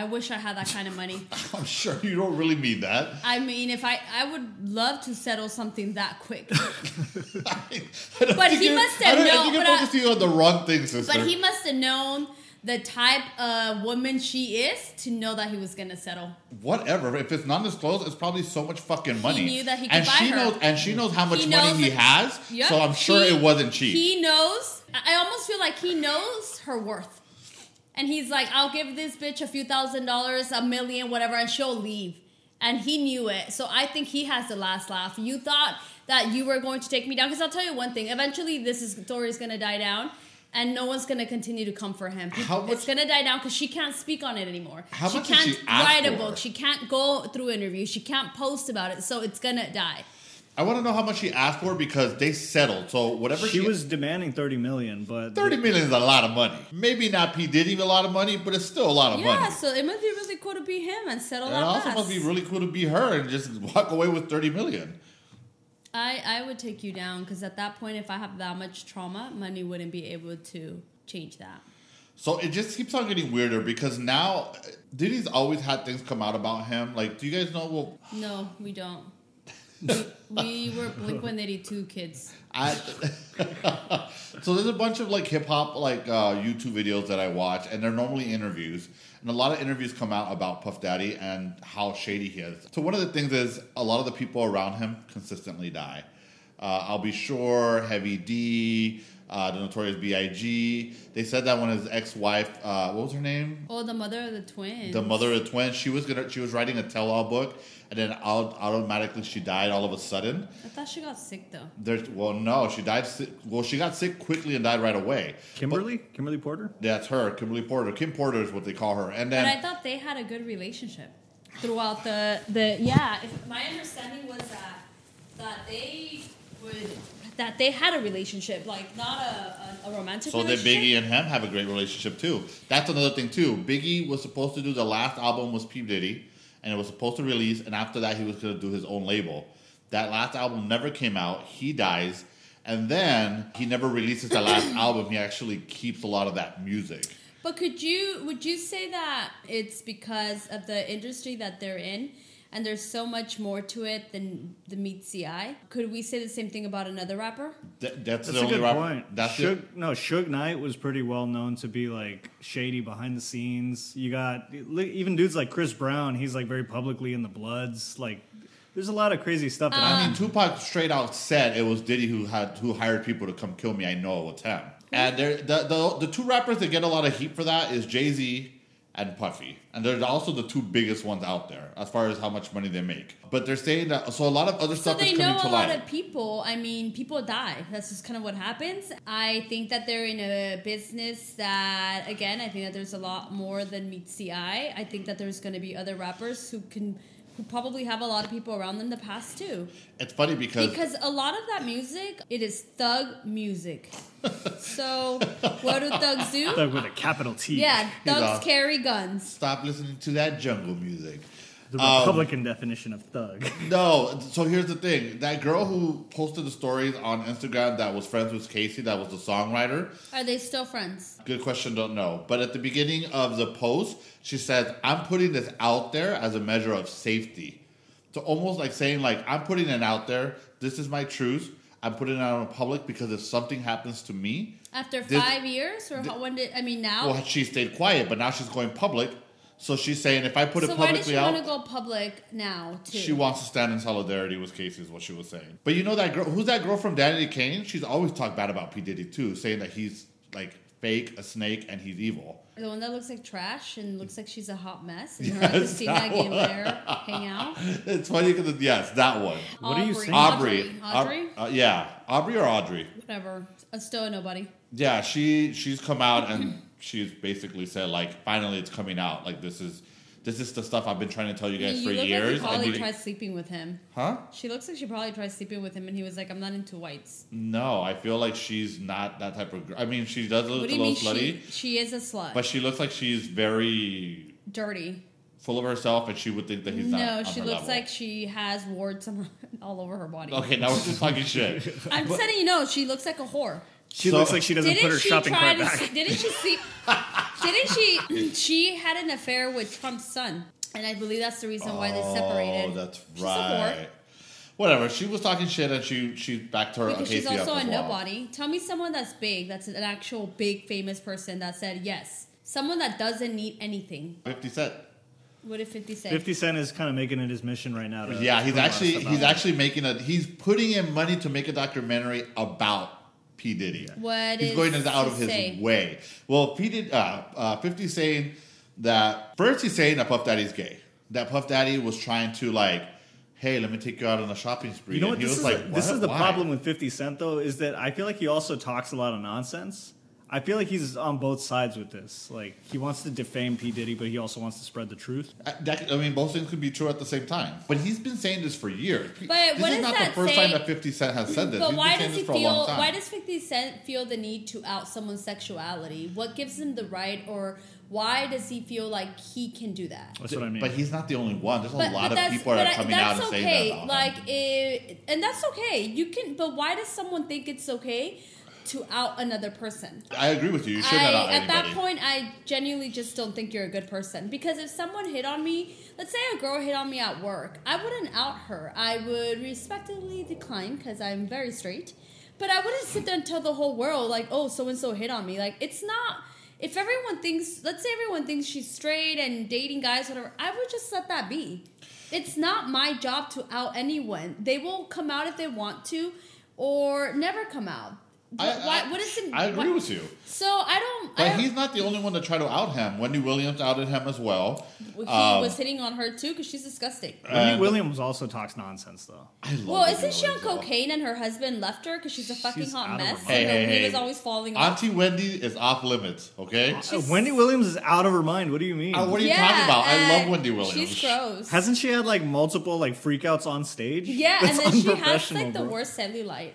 [SPEAKER 2] I wish I had that kind of money.
[SPEAKER 3] I'm sure you don't really mean that.
[SPEAKER 2] I mean, if I I would love to settle something that quick,
[SPEAKER 3] I don't
[SPEAKER 2] But
[SPEAKER 3] think
[SPEAKER 2] he
[SPEAKER 3] you're-
[SPEAKER 2] must have
[SPEAKER 3] I don't- I
[SPEAKER 2] known-
[SPEAKER 3] think you're
[SPEAKER 2] but I-
[SPEAKER 3] focusing on the wrong thing, sister.
[SPEAKER 2] but he must have known the type of woman she is to know that he was gonna settle.
[SPEAKER 3] Whatever. If it's non-disclosed, it's probably so much fucking money.
[SPEAKER 2] knew that he could
[SPEAKER 3] and
[SPEAKER 2] buy
[SPEAKER 3] she
[SPEAKER 2] her.
[SPEAKER 3] knows, and she knows how much
[SPEAKER 2] He knows
[SPEAKER 3] money he
[SPEAKER 2] that-
[SPEAKER 3] has.
[SPEAKER 2] Yeah,
[SPEAKER 3] So I'm sure
[SPEAKER 2] he-
[SPEAKER 3] it wasn't cheap.
[SPEAKER 2] He knows. I I almost feel like he knows her worth, and he's like, "I'll give this bitch a few thousand dollars, a million, whatever, and she'll leave." And he knew it, so I think he has the last laugh. You thought that you were going to take me down, because I'll tell you one thing: eventually, this is, story's going to die down. And no one's gonna continue to come for him.
[SPEAKER 3] How much-
[SPEAKER 2] it's gonna die down because she can't speak on it anymore.
[SPEAKER 3] How
[SPEAKER 2] she
[SPEAKER 3] much did
[SPEAKER 2] can't
[SPEAKER 3] she ask
[SPEAKER 2] write a
[SPEAKER 3] for?
[SPEAKER 2] book. She can't go through interviews. She can't post about it. So it's gonna die.
[SPEAKER 3] I want to know how much she asked for because they settled. So whatever
[SPEAKER 1] She was demanding thirty million, but
[SPEAKER 3] Thirty million is a lot of money. Maybe not P Diddy a lot of money, but it's still a lot of
[SPEAKER 2] Yeah,
[SPEAKER 3] money.
[SPEAKER 2] so it must be really cool to be him and settle
[SPEAKER 3] And it
[SPEAKER 2] that
[SPEAKER 3] also
[SPEAKER 2] fast.
[SPEAKER 3] must be really cool to be her and just walk away with thirty million.
[SPEAKER 2] I, I would take you down because at that point, if I have that much trauma, money wouldn't be able to change that.
[SPEAKER 3] So it just keeps on getting weirder because now uh, Diddy's always had things come out about him. Like, do you guys know? Well,
[SPEAKER 2] No, we don't. we, we were Blink 182 kids.
[SPEAKER 3] I so there's a bunch of like hip hop like uh, YouTube videos that I watch, and they're normally interviews, and a lot of interviews come out about Puff Daddy and how shady he is. So one of the things is a lot of the people around him consistently die. Uh, I'll be sure Heavy D, uh, the Notorious B.I.G. They said that when his ex-wife, uh, what was her name?
[SPEAKER 2] Oh, the mother of the twins.
[SPEAKER 3] the mother of the twins. She was gonna, she was writing a tell-all book, and then au- automatically she died all of a sudden.
[SPEAKER 2] I thought she got sick though.
[SPEAKER 3] There's, well, no, she died. Sick, well, she got sick quickly and died right away.
[SPEAKER 1] Kimberly, Kimberly Porter.
[SPEAKER 3] But that's her, Kimberly Porter. Kim Porter is what they call her. And
[SPEAKER 2] But
[SPEAKER 3] then
[SPEAKER 2] I thought they had a good relationship throughout the the yeah. If my understanding was that that they would that they had a relationship, like not a, a, a romantic.
[SPEAKER 3] so did
[SPEAKER 2] relationship.
[SPEAKER 3] Biggie and him have a great relationship too. That's another thing too. Biggie was supposed to do the last album was P Diddy, and it was supposed to release. And after that, he was going to do his own label. That last album never came out. He dies, and then he never releases the last album. He actually keeps a lot of that music.
[SPEAKER 2] But could you would you say that it's because of the industry that they're in and there's so much more to it than the meets the eye? Could we say the same thing about another rapper?
[SPEAKER 3] Th-
[SPEAKER 1] That's
[SPEAKER 3] that's, the
[SPEAKER 1] a
[SPEAKER 3] only
[SPEAKER 1] good
[SPEAKER 3] rap-
[SPEAKER 1] point.
[SPEAKER 3] That's it.
[SPEAKER 1] Suge, no, Suge Knight was pretty well known to be like shady behind the scenes. You got li- even dudes like Chris Brown. He's like very publicly in the Bloods. Like, there's a lot of crazy stuff. That
[SPEAKER 2] Um,
[SPEAKER 3] I mean, Tupac straight out said it was Diddy who had who hired people to come kill me. I know it was him. And there, the, the the two rappers that get a lot of heat for that is Jay Z and Puffy, and they're also the two biggest ones out there as far as how much money they make. But they're saying that so a lot of other
[SPEAKER 2] So
[SPEAKER 3] stuff
[SPEAKER 2] they
[SPEAKER 3] is
[SPEAKER 2] know
[SPEAKER 3] coming
[SPEAKER 2] a
[SPEAKER 3] to
[SPEAKER 2] lot
[SPEAKER 3] light.
[SPEAKER 2] of people. I mean, people die. That's just kind of what happens. I think that they're in a business that, again, I think that there's a lot more than meets the eye. I think that there's going to be other rappers who can, who probably have a lot of people around them to pass too.
[SPEAKER 3] it's funny because,
[SPEAKER 2] Because a lot of that music, it is thug music. so what do thugs do?
[SPEAKER 1] thug with a capital T.
[SPEAKER 2] Uh, Yeah,
[SPEAKER 3] He's
[SPEAKER 2] thugs
[SPEAKER 3] off.
[SPEAKER 2] carry guns.
[SPEAKER 3] stop listening to that jungle music.
[SPEAKER 1] The
[SPEAKER 3] Um,
[SPEAKER 1] Republican definition of thug.
[SPEAKER 3] No, so here's the thing: that girl who posted the stories on Instagram that was friends with Casey, that was the songwriter.
[SPEAKER 2] Are they still friends?
[SPEAKER 3] Good question, don't know. But at the beginning of the post, she says, I'm putting this out there as a measure of safety. So almost like saying, like, I'm putting it out there. This is my truth. I'm putting it out in public because if something happens to me,
[SPEAKER 2] After
[SPEAKER 3] This-
[SPEAKER 2] five years? Or how, when did, I mean, now?
[SPEAKER 3] well, she stayed quiet, but now she's going public. So she's saying, if I put
[SPEAKER 2] so
[SPEAKER 3] it
[SPEAKER 2] why does
[SPEAKER 3] publicly
[SPEAKER 2] she
[SPEAKER 3] out,
[SPEAKER 2] want to go public now, too?
[SPEAKER 3] she wants to stand in solidarity with Casey, is what she was saying. But you know that girl, who's that girl from Danny Kane? She's always talked bad about P. Diddy too, saying that he's like fake, a snake, and he's evil.
[SPEAKER 2] the one that looks like trash and looks like she's a hot mess. And her
[SPEAKER 3] Yes,
[SPEAKER 2] and Christina
[SPEAKER 3] that one.
[SPEAKER 2] Aguilera hang out.
[SPEAKER 3] It's funny because yes, that one.
[SPEAKER 1] What are you saying?
[SPEAKER 3] Aubrey.
[SPEAKER 2] Aubrey.
[SPEAKER 3] Au-
[SPEAKER 2] Audrey?
[SPEAKER 3] uh, yeah, Aubrey or Audrey.
[SPEAKER 2] Whatever. Uh, still a nobody.
[SPEAKER 3] Yeah, she she's come out and she's basically said like, finally, it's coming out. Like this is this is the stuff I've been trying to tell you guys
[SPEAKER 2] you
[SPEAKER 3] for
[SPEAKER 2] look like
[SPEAKER 3] years.
[SPEAKER 2] you
[SPEAKER 3] I
[SPEAKER 2] probably
[SPEAKER 3] need-
[SPEAKER 2] tried sleeping with him.
[SPEAKER 3] huh?
[SPEAKER 2] She looks like she probably tried sleeping with him and he was like, I'm not into whites.
[SPEAKER 3] No, I feel like she's not that type of. girl. I mean, she does
[SPEAKER 2] What
[SPEAKER 3] look
[SPEAKER 2] do
[SPEAKER 3] a
[SPEAKER 2] you
[SPEAKER 3] little
[SPEAKER 2] mean
[SPEAKER 3] slutty,
[SPEAKER 2] she, she is a slut?
[SPEAKER 3] but she looks like she's very
[SPEAKER 2] Dirty.
[SPEAKER 3] full of herself, and she would think that he's not.
[SPEAKER 2] No,
[SPEAKER 3] on
[SPEAKER 2] she
[SPEAKER 3] her
[SPEAKER 2] looks
[SPEAKER 3] level.
[SPEAKER 2] like she has warts on her, all over her body.
[SPEAKER 3] Okay, now we're just talking shit.
[SPEAKER 2] I'm just saying you know she looks like a whore.
[SPEAKER 1] She
[SPEAKER 3] So-
[SPEAKER 1] looks like she doesn't
[SPEAKER 2] Didn't
[SPEAKER 1] put her
[SPEAKER 2] she
[SPEAKER 1] shopping
[SPEAKER 2] try
[SPEAKER 1] cart
[SPEAKER 2] to?
[SPEAKER 1] back.
[SPEAKER 2] s- Didn't she see? didn't she? She had an affair with Trump's son, and I believe that's the reason why they separated.
[SPEAKER 3] Oh, that's
[SPEAKER 2] She's a whore.
[SPEAKER 3] right. Whatever. She was talking shit, and she she backed her.
[SPEAKER 2] Because she's
[SPEAKER 3] Casey up
[SPEAKER 2] also a
[SPEAKER 3] as well.
[SPEAKER 2] nobody. Tell me someone that's big, that's an actual big famous person that said yes. Someone that doesn't need anything.
[SPEAKER 3] 50 Cent.
[SPEAKER 2] What did 50 say?
[SPEAKER 1] 50 Cent is kind of making it his mission right now. to-
[SPEAKER 3] Yeah,
[SPEAKER 1] to
[SPEAKER 3] he's
[SPEAKER 1] promote
[SPEAKER 3] actually
[SPEAKER 1] us about
[SPEAKER 3] he's
[SPEAKER 1] it.
[SPEAKER 3] actually making a he's putting in money to make a documentary about P Diddy.
[SPEAKER 2] What
[SPEAKER 3] he's
[SPEAKER 2] is
[SPEAKER 3] going out of
[SPEAKER 2] he
[SPEAKER 3] his
[SPEAKER 2] say?
[SPEAKER 3] way. Well, P Diddy, uh, uh, Fifty saying that first he's saying that Puff Daddy's gay. That Puff Daddy was trying to like, hey, let me take you out on a shopping spree.
[SPEAKER 1] You know
[SPEAKER 3] And
[SPEAKER 1] what?
[SPEAKER 3] he
[SPEAKER 1] This
[SPEAKER 3] was
[SPEAKER 1] is,
[SPEAKER 3] like,
[SPEAKER 1] this
[SPEAKER 3] "What?
[SPEAKER 1] is the
[SPEAKER 3] Why?"
[SPEAKER 1] problem with 50 Cent, though, is that I feel like he also talks a lot of nonsense. I feel like he's on both sides with this. Like, he wants to defame P. Diddy, but he also wants to spread the truth.
[SPEAKER 3] I- That, I mean, both things could be true at the same time. But he's been saying this for years.
[SPEAKER 2] But
[SPEAKER 3] this
[SPEAKER 2] what
[SPEAKER 3] is
[SPEAKER 2] does
[SPEAKER 3] not
[SPEAKER 2] that
[SPEAKER 3] the first
[SPEAKER 2] say-
[SPEAKER 3] time that 50 Cent has said this.
[SPEAKER 2] But
[SPEAKER 3] He's
[SPEAKER 2] why
[SPEAKER 3] been saying
[SPEAKER 2] does he
[SPEAKER 3] this for a
[SPEAKER 2] feel?
[SPEAKER 3] long time.
[SPEAKER 2] Why does Fifty Cent feel the need to out someone's sexuality? What gives him the right, or why does he feel like he can do that?
[SPEAKER 1] That's what I mean.
[SPEAKER 3] But he's not the only one. There's a
[SPEAKER 2] But-
[SPEAKER 3] lot
[SPEAKER 2] but
[SPEAKER 3] of
[SPEAKER 2] that's-
[SPEAKER 3] people that
[SPEAKER 2] but
[SPEAKER 3] are
[SPEAKER 2] I-
[SPEAKER 3] coming out and
[SPEAKER 2] okay.
[SPEAKER 3] saying that. about
[SPEAKER 2] Like,
[SPEAKER 3] him.
[SPEAKER 2] it, and that's okay. You can, but why does someone think it's okay to out another person?
[SPEAKER 3] I agree with you. You should not out
[SPEAKER 2] I, at
[SPEAKER 3] anybody.
[SPEAKER 2] that point, I genuinely just don't think you're a good person. Because if someone hit on me, let's say a girl hit on me at work, I wouldn't out her. I would respectfully decline because I'm very straight. But I wouldn't sit there and tell the whole world, like, oh, so and so hit on me. Like, it's not. If everyone thinks, let's say everyone thinks she's straight and dating guys, whatever, I would just let that be. It's not my job to out anyone. They will come out if they want to, or never come out.
[SPEAKER 3] I-
[SPEAKER 2] why,
[SPEAKER 3] I-
[SPEAKER 2] what is it?
[SPEAKER 3] I agree
[SPEAKER 2] why-
[SPEAKER 3] with you.
[SPEAKER 2] so I don't. I
[SPEAKER 3] But
[SPEAKER 2] don't
[SPEAKER 3] he's not the only one to try to out him. Wendy Williams outed him as well.
[SPEAKER 2] he
[SPEAKER 3] Um,
[SPEAKER 2] was hitting on her too because she's disgusting.
[SPEAKER 1] Wendy
[SPEAKER 3] and-
[SPEAKER 1] Williams also talks nonsense, though.
[SPEAKER 3] I love
[SPEAKER 2] Well,
[SPEAKER 3] Wendy
[SPEAKER 2] isn't she on
[SPEAKER 3] Williams, though.
[SPEAKER 2] cocaine and her husband left her because she's a fucking
[SPEAKER 1] She's
[SPEAKER 2] hot
[SPEAKER 1] out of her
[SPEAKER 2] mess?
[SPEAKER 1] mind.
[SPEAKER 3] Hey,
[SPEAKER 2] and
[SPEAKER 3] hey,
[SPEAKER 2] her
[SPEAKER 3] hey.
[SPEAKER 2] weight is always falling off.
[SPEAKER 3] Auntie Wendy is off limits, okay?
[SPEAKER 2] She's-
[SPEAKER 1] Uh, Wendy Williams is out of her mind. What do you mean?
[SPEAKER 3] Uh, what are you
[SPEAKER 2] yeah,
[SPEAKER 3] talking about? I love
[SPEAKER 2] and
[SPEAKER 3] Wendy Williams.
[SPEAKER 2] She's gross.
[SPEAKER 1] Hasn't she had like multiple like freakouts on stage?
[SPEAKER 2] yeah, and
[SPEAKER 1] That's
[SPEAKER 2] then she has
[SPEAKER 1] unprofessional,
[SPEAKER 2] like the
[SPEAKER 1] bro.
[SPEAKER 2] worst cellulite.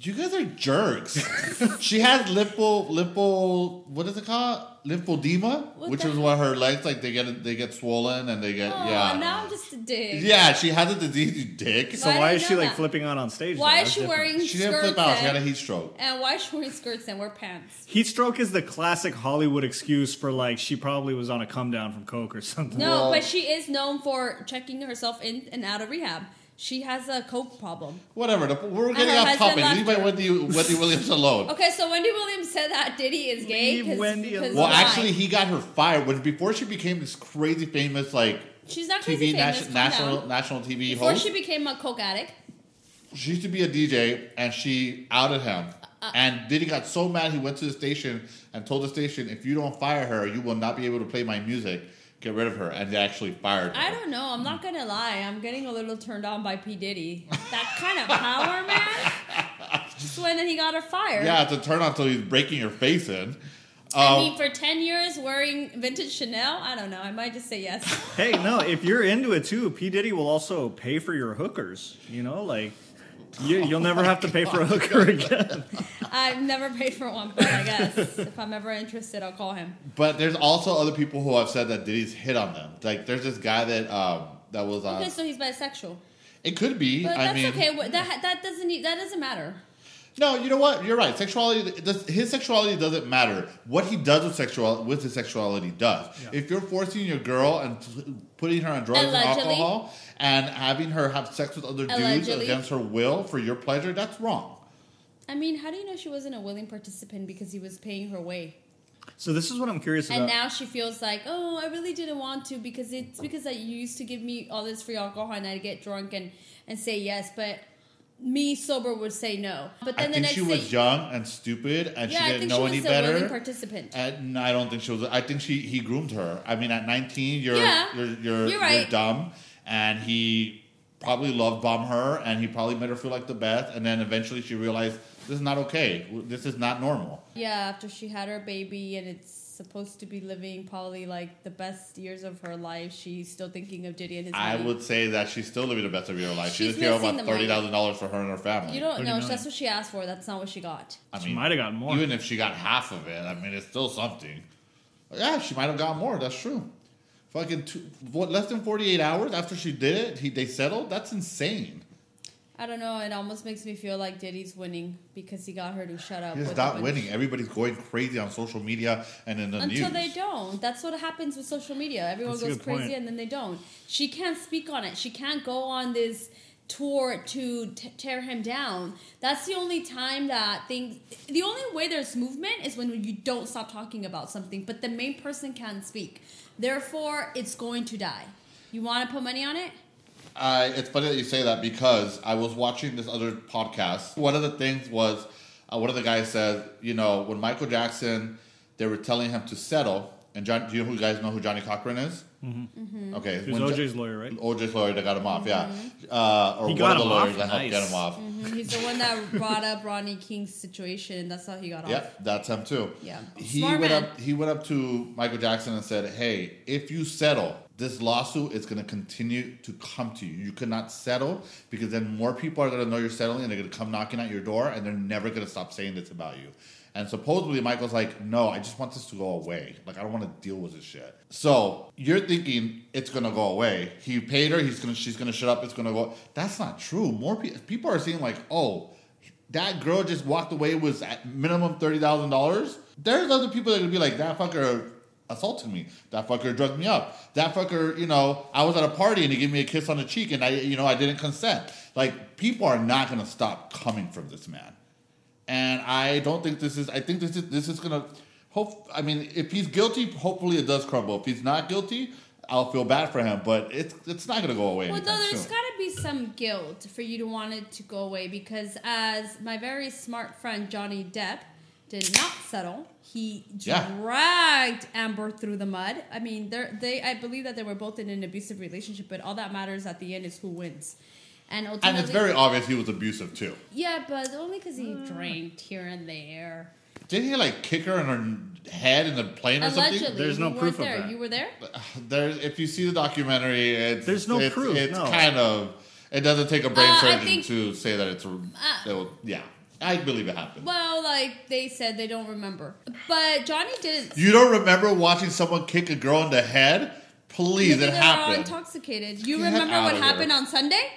[SPEAKER 3] You guys are jerks. she has lipo lipo what is it called? Lymphedema,
[SPEAKER 2] What
[SPEAKER 3] which
[SPEAKER 2] the
[SPEAKER 3] is why her legs like they get they get swollen and they
[SPEAKER 2] Oh,
[SPEAKER 3] get Uh, yeah.
[SPEAKER 2] now I'm just a dick.
[SPEAKER 3] Yeah, she has a disease, you dick.
[SPEAKER 1] So
[SPEAKER 2] Why
[SPEAKER 1] why,
[SPEAKER 2] did I
[SPEAKER 1] is she
[SPEAKER 2] know
[SPEAKER 1] like
[SPEAKER 2] that?
[SPEAKER 1] flipping out on stage?
[SPEAKER 2] Why
[SPEAKER 1] though?
[SPEAKER 2] is
[SPEAKER 1] That's
[SPEAKER 2] she
[SPEAKER 1] different.
[SPEAKER 2] wearing
[SPEAKER 3] She didn't
[SPEAKER 2] skirts?
[SPEAKER 3] flip out. She had a
[SPEAKER 2] and,
[SPEAKER 3] heat stroke.
[SPEAKER 2] and why is she wearing skirts and wear pants?
[SPEAKER 1] Heat stroke is the classic Hollywood excuse for like she probably was on a come down from coke or something.
[SPEAKER 2] No,
[SPEAKER 3] Well-
[SPEAKER 2] but she is known for checking herself in and out of rehab. She has a coke problem.
[SPEAKER 3] Whatever. the- We're getting
[SPEAKER 2] her
[SPEAKER 3] off
[SPEAKER 2] husband
[SPEAKER 3] topic.
[SPEAKER 2] left
[SPEAKER 3] Leave my
[SPEAKER 2] her.
[SPEAKER 3] Wendy, Wendy Williams alone.
[SPEAKER 2] Okay, so Wendy Williams said that Diddy is gay.
[SPEAKER 1] Leave
[SPEAKER 2] 'cause-
[SPEAKER 1] Wendy
[SPEAKER 2] because
[SPEAKER 1] alone.
[SPEAKER 3] Well,
[SPEAKER 2] why?
[SPEAKER 3] actually, he got her fired when before she became this crazy famous like
[SPEAKER 2] she's not
[SPEAKER 3] TV
[SPEAKER 2] crazy famous.
[SPEAKER 3] nation-
[SPEAKER 2] calm
[SPEAKER 3] national
[SPEAKER 2] down.
[SPEAKER 3] national TV
[SPEAKER 2] Before
[SPEAKER 3] host.
[SPEAKER 2] she became a coke addict,
[SPEAKER 3] she used to be a DJ and she outed him. and Diddy got so mad he went to the station and told the station, if you don't fire her, you will not be able to play my music. Get rid of her. And they actually fired her.
[SPEAKER 2] I don't know. I'm not gonna lie. I'm getting a little turned on by P Diddy. That kind of power, man. Just when he got her fired.
[SPEAKER 3] yeah, it's a turn on until he's breaking your face in.
[SPEAKER 2] I
[SPEAKER 3] Um,
[SPEAKER 2] mean, for ten years wearing vintage Chanel. I don't know. I might just say yes.
[SPEAKER 1] Hey, no, if you're into it too, P Diddy will also pay for your hookers. You know, like you, you'll never have to pay
[SPEAKER 3] Oh
[SPEAKER 1] for a hooker again.
[SPEAKER 2] I've never paid for one, but I guess if I'm ever interested, I'll call him.
[SPEAKER 3] but there's also other people who have said that Diddy's hit on them. Like there's this guy that um, that was on.
[SPEAKER 2] Okay, so he's bisexual,
[SPEAKER 3] it could be.
[SPEAKER 2] but
[SPEAKER 3] I
[SPEAKER 2] that's
[SPEAKER 3] mean,
[SPEAKER 2] okay. Wha- That that doesn't e- that doesn't matter.
[SPEAKER 3] No, you know what? You're right. Sexuality, does- his sexuality doesn't matter. What he does with sexual with his sexuality does. If you're forcing your girl and t- putting her on drugs and
[SPEAKER 2] Allegedly.
[SPEAKER 3] alcohol and having her have sex with other dudes
[SPEAKER 2] Allegedly.
[SPEAKER 3] against her will for your pleasure, that's wrong.
[SPEAKER 2] I mean, how do you know she wasn't a willing participant because he was paying her way?
[SPEAKER 1] So this is what I'm curious about.
[SPEAKER 2] And now she feels like, oh, I really didn't want to because it's because that you used to give me all this free alcohol and I'd get drunk and, and say yes, but me sober would say no. But then
[SPEAKER 3] I
[SPEAKER 2] the
[SPEAKER 3] think
[SPEAKER 2] next
[SPEAKER 3] she
[SPEAKER 2] thing,
[SPEAKER 3] was young and stupid, and
[SPEAKER 2] yeah,
[SPEAKER 3] she
[SPEAKER 2] I
[SPEAKER 3] didn't
[SPEAKER 2] think
[SPEAKER 3] know
[SPEAKER 2] she
[SPEAKER 3] any
[SPEAKER 2] was a willing
[SPEAKER 3] better.
[SPEAKER 2] participant.
[SPEAKER 3] And I don't think she was. I think she he groomed her. I mean, at 19, you're
[SPEAKER 2] Yeah,
[SPEAKER 3] you're, you're,
[SPEAKER 2] you're right.
[SPEAKER 3] you're dumb, and he probably love bomb her, and he probably made her feel like the best, and then eventually she realized this is not okay. This is not normal.
[SPEAKER 2] Yeah, after she had her baby and it's supposed to be living probably like the best years of her life, she's still thinking of Diddy and his
[SPEAKER 3] I
[SPEAKER 2] money.
[SPEAKER 3] would say that she's still living the best of her life. She
[SPEAKER 2] She's
[SPEAKER 3] just care
[SPEAKER 2] missing
[SPEAKER 3] about
[SPEAKER 2] the money.
[SPEAKER 3] thirty thousand dollars for her and her family.
[SPEAKER 2] You don't
[SPEAKER 1] 30
[SPEAKER 2] know.
[SPEAKER 1] million.
[SPEAKER 2] That's what she asked for. That's not what she got.
[SPEAKER 3] I
[SPEAKER 1] she
[SPEAKER 3] mean,
[SPEAKER 1] might have gotten more.
[SPEAKER 3] Even if she got half of it, I mean, it's still something. Yeah, she might have got more. That's true. Fucking two, what, less than 48 hours after she did it, he, they settled? That's insane.
[SPEAKER 2] I don't know. It almost makes me feel like Diddy's winning because he got her to shut up.
[SPEAKER 3] He's
[SPEAKER 2] with a
[SPEAKER 3] not
[SPEAKER 2] bunch-
[SPEAKER 3] winning. Everybody's going crazy on social media and in the
[SPEAKER 2] Until
[SPEAKER 3] news.
[SPEAKER 2] they don't. That's what happens with social media. Everyone
[SPEAKER 1] That's a
[SPEAKER 2] goes
[SPEAKER 1] good point.
[SPEAKER 2] crazy and then they don't. She can't speak on it. She can't go on this tour to t- tear him down. That's the only time that things. The only way there's movement is when you don't stop talking about something, but the main person can speak. Therefore, it's going to die. You want to put money on it?
[SPEAKER 3] I, it's funny that you say that because I was watching this other podcast. One of the things was uh, one of the guys said, you know, when Michael Jackson, they were telling him to settle. And John, do you who guys know who Johnny Cochran is? Mm-hmm. Okay,
[SPEAKER 1] He was
[SPEAKER 3] when Jo-
[SPEAKER 1] OJ's lawyer, right?
[SPEAKER 3] OJ's lawyer that got him off, yeah,
[SPEAKER 2] Mm-hmm.
[SPEAKER 3] uh, or
[SPEAKER 1] He
[SPEAKER 3] one
[SPEAKER 1] got
[SPEAKER 3] of the
[SPEAKER 1] him
[SPEAKER 3] lawyers
[SPEAKER 1] off?
[SPEAKER 3] that helped get
[SPEAKER 1] Nice.
[SPEAKER 3] him off.
[SPEAKER 2] He's the one that brought up Ronnie King's situation, and that's how he got
[SPEAKER 3] Yeah,
[SPEAKER 2] off.
[SPEAKER 3] that's him too.
[SPEAKER 2] Yeah.
[SPEAKER 3] He
[SPEAKER 2] Smart
[SPEAKER 3] went
[SPEAKER 2] man.
[SPEAKER 3] up he went up to Michael Jackson and said, Hey, if you settle, this lawsuit is gonna continue to come to you. You cannot settle because then more people are gonna know you're settling and they're gonna come knocking at your door and they're never gonna stop saying this about you. And supposedly Michael's like, No, I just want this to go away. Like I don't wanna deal with this shit. So you're thinking it's gonna go away. He paid her, he's gonna she's gonna shut up, it's gonna go that's not true. More people people are seeing like, oh, that girl just walked away with at minimum thirty thousand dollars. There's other people that are gonna be like, that fucker assaulted me. That fucker drugged me up. That fucker, you know, I was at a party and he gave me a kiss on the cheek and I, you know, I didn't consent. Like people are not gonna stop coming from this man, and I don't think this is. I think this is this is gonna. Hope I mean, if he's guilty, hopefully it does crumble. If he's not guilty, I'll feel bad for him, but it's it's not gonna go away.
[SPEAKER 2] Well,
[SPEAKER 3] anytime
[SPEAKER 2] no, there's
[SPEAKER 3] soon.
[SPEAKER 2] got to be some guilt for you to want it to go away because, as my very smart friend Johnny Depp did not settle, he
[SPEAKER 3] Yeah.
[SPEAKER 2] dragged Amber through the mud. I mean, they're, they I believe that they were both in an abusive relationship, but all that matters at the end is who wins. And ultimately,
[SPEAKER 3] and it's very obvious he was abusive too.
[SPEAKER 2] yeah, but only because he drank here and there.
[SPEAKER 3] Didn't he like kick her in her head in the plane or
[SPEAKER 2] Allegedly,
[SPEAKER 3] something?
[SPEAKER 1] There's
[SPEAKER 2] you
[SPEAKER 1] no
[SPEAKER 2] weren't
[SPEAKER 1] proof of
[SPEAKER 2] there.
[SPEAKER 1] that.
[SPEAKER 2] You were there.
[SPEAKER 3] There's, if you see the documentary, it's
[SPEAKER 1] There's no
[SPEAKER 3] it's-
[SPEAKER 1] proof,
[SPEAKER 3] It's
[SPEAKER 1] no.
[SPEAKER 3] kind of it doesn't take a brain
[SPEAKER 2] Uh, I
[SPEAKER 3] surgeon
[SPEAKER 2] think- Uh.
[SPEAKER 3] to say that it's. a that will- yeah, I believe it happened.
[SPEAKER 2] Well, like they said, they don't remember. But Johnny didn't.
[SPEAKER 3] you don't remember watching someone kick a girl in the head? Please,
[SPEAKER 2] Maybe
[SPEAKER 3] it
[SPEAKER 2] they were all
[SPEAKER 3] happened.
[SPEAKER 2] intoxicated. You
[SPEAKER 3] Get
[SPEAKER 2] remember
[SPEAKER 3] out
[SPEAKER 2] what
[SPEAKER 3] of here.
[SPEAKER 2] happened on Sunday,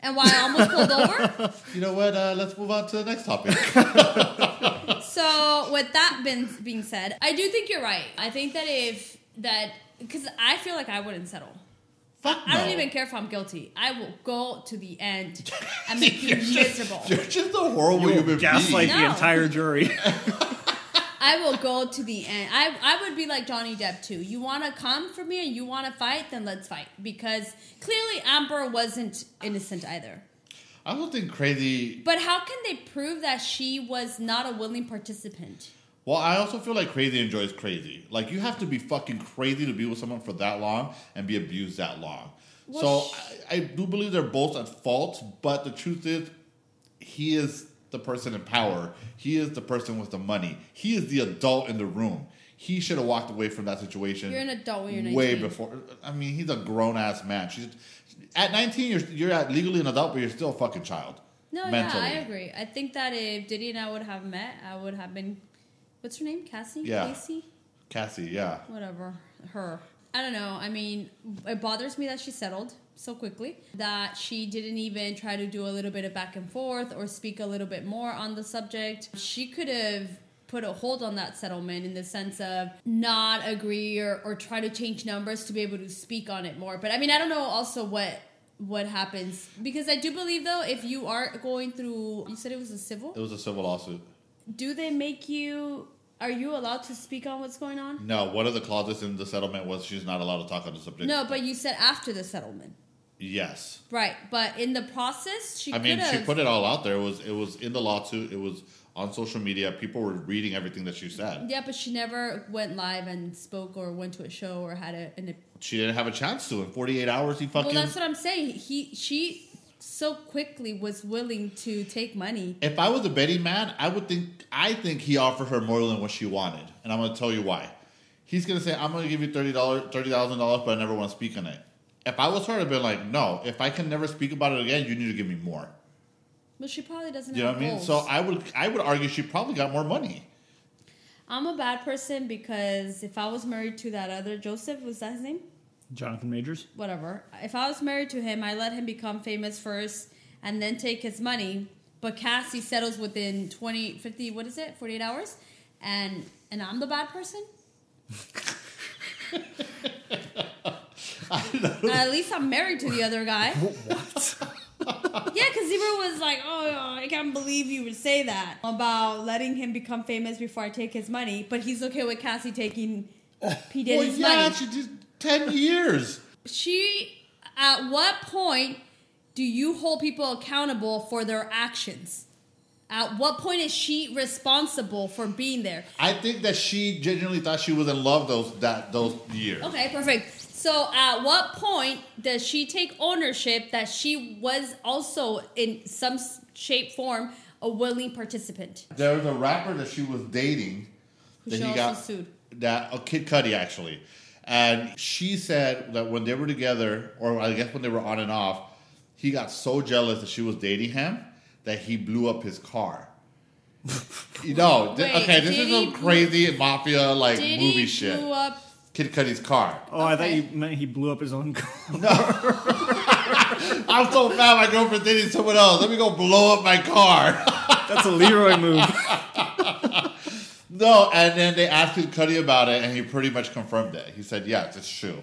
[SPEAKER 2] and why I almost pulled over.
[SPEAKER 3] you know what? Uh, let's move on to the next topic.
[SPEAKER 2] So, with that been, being said, I do think you're right. I think that if that, because I feel like I wouldn't settle.
[SPEAKER 3] Fuck
[SPEAKER 2] I don't
[SPEAKER 3] no.
[SPEAKER 2] even care if I'm guilty. I will go to the end and make you
[SPEAKER 3] You're just,
[SPEAKER 2] miserable.
[SPEAKER 3] you're just a horrible
[SPEAKER 1] you
[SPEAKER 3] human
[SPEAKER 1] will gaslight
[SPEAKER 3] being.
[SPEAKER 2] No.
[SPEAKER 1] the entire jury.
[SPEAKER 2] I will go to the end. I, I would be like Johnny Depp too. You want to come for me and you want to fight, then let's fight. Because clearly Amber wasn't innocent either.
[SPEAKER 3] I don't think crazy
[SPEAKER 2] But how can they prove that she was not a willing participant?
[SPEAKER 3] Well, I also feel like crazy enjoys crazy. Like you have to be fucking crazy to be with someone for that long and be abused that long.
[SPEAKER 2] Well,
[SPEAKER 3] so I, I do believe they're both at fault, but the truth is, he is the person in power. He is the person with the money. He is the adult in the room. He should have walked away from that situation.
[SPEAKER 2] You're an adult when you're
[SPEAKER 3] Way
[SPEAKER 2] 19.
[SPEAKER 3] before. I mean, he's a grown ass man. She's at 19. You're you're at legally an adult, but you're still a fucking child.
[SPEAKER 2] No, yeah, I agree. I think that if Diddy and I would have met, I would have been. What's her name? Cassie?
[SPEAKER 3] Yeah.
[SPEAKER 2] Casey?
[SPEAKER 3] Cassie, yeah.
[SPEAKER 2] Whatever. Her. I don't know. I mean, it bothers me that she settled so quickly, that she didn't even try to do a little bit of back and forth or speak a little bit more on the subject. She could have put a hold on that settlement in the sense of not agree or, or try to change numbers to be able to speak on it more. But I mean, I don't know also what what happens because I do believe though if you are going through you said it was a civil
[SPEAKER 3] It was a civil lawsuit.
[SPEAKER 2] do they make you are you allowed to speak on what's going on?
[SPEAKER 3] No, one of the clauses in the settlement was she's not allowed to talk on the subject.
[SPEAKER 2] No, but you said after the settlement.
[SPEAKER 3] yes,
[SPEAKER 2] Right, but in the process, she
[SPEAKER 3] I
[SPEAKER 2] could
[SPEAKER 3] mean she
[SPEAKER 2] have.
[SPEAKER 3] put it all out there. It was it was in the lawsuit. It was on social media. People were reading everything that she said.
[SPEAKER 2] Yeah, but she never went live and spoke or went to a show or had a. An,
[SPEAKER 3] She didn't have a chance to. In 48 hours, he
[SPEAKER 2] well,
[SPEAKER 3] fucking.
[SPEAKER 2] that's what I'm saying. He she so quickly was willing to take money.
[SPEAKER 3] if I was a betting man, I would think I think he offered her more than what she wanted, and I'm going to tell you why. He's going to say, "I'm going to give you thirty dollars, thirty thousand dollars, but I never want to speak on it." If I was her, I'd been like, "No, if I can never speak about it again, you need to give me more."
[SPEAKER 2] But she probably doesn't.
[SPEAKER 3] You know
[SPEAKER 2] have
[SPEAKER 3] what I mean?
[SPEAKER 2] goals.
[SPEAKER 3] So I would, I would argue she probably got more money.
[SPEAKER 2] I'm a bad person because if I was married to that other Joseph, was that his name?
[SPEAKER 1] Jonathan Majors.
[SPEAKER 2] whatever. If I was married to him, I let him become famous first and then take his money. But Cassie settles within 20, 50, what is it, 48 hours? And and I'm the bad person? At least I'm married to the other guy.
[SPEAKER 1] What?
[SPEAKER 2] Bieber was like, "Oh, I can't believe you would say that about letting him become famous before I take his money," but he's okay with Cassie taking P
[SPEAKER 3] Oh, Well,
[SPEAKER 2] Diddy's
[SPEAKER 3] yeah,
[SPEAKER 2] money.
[SPEAKER 3] she did ten years.
[SPEAKER 2] She, at what point do you hold people accountable for their actions? At what point is she responsible for being there?
[SPEAKER 3] I think that she genuinely thought she was in love those that those years.
[SPEAKER 2] Okay, perfect. So, at what point does she take ownership that she was also, in some s- shape, form, a willing participant?
[SPEAKER 3] There was a rapper that she was dating
[SPEAKER 2] Who
[SPEAKER 3] that
[SPEAKER 2] she
[SPEAKER 3] he
[SPEAKER 2] also
[SPEAKER 3] got
[SPEAKER 2] sued.
[SPEAKER 3] that oh, Kid Cudi actually, and she said that when they were together, or I guess when they were on and off, he got so jealous that she was dating him that he blew up his car. you know, th-
[SPEAKER 2] Wait,
[SPEAKER 3] okay, this
[SPEAKER 2] did
[SPEAKER 3] is
[SPEAKER 2] he
[SPEAKER 3] some
[SPEAKER 2] blew-
[SPEAKER 3] crazy mafia like
[SPEAKER 2] Diddy
[SPEAKER 3] movie shit.
[SPEAKER 2] blew up.
[SPEAKER 3] Kid Cudi's car.
[SPEAKER 1] Oh, I thought
[SPEAKER 2] Okay.
[SPEAKER 1] you meant he blew up his own car.
[SPEAKER 3] I'm so mad my girlfriend dating someone else. Let me go blow up my car.
[SPEAKER 1] That's a Leroy move.
[SPEAKER 3] No, and then they asked Kid Cudi about it, and he pretty much confirmed it. He said, "Yes, it's true."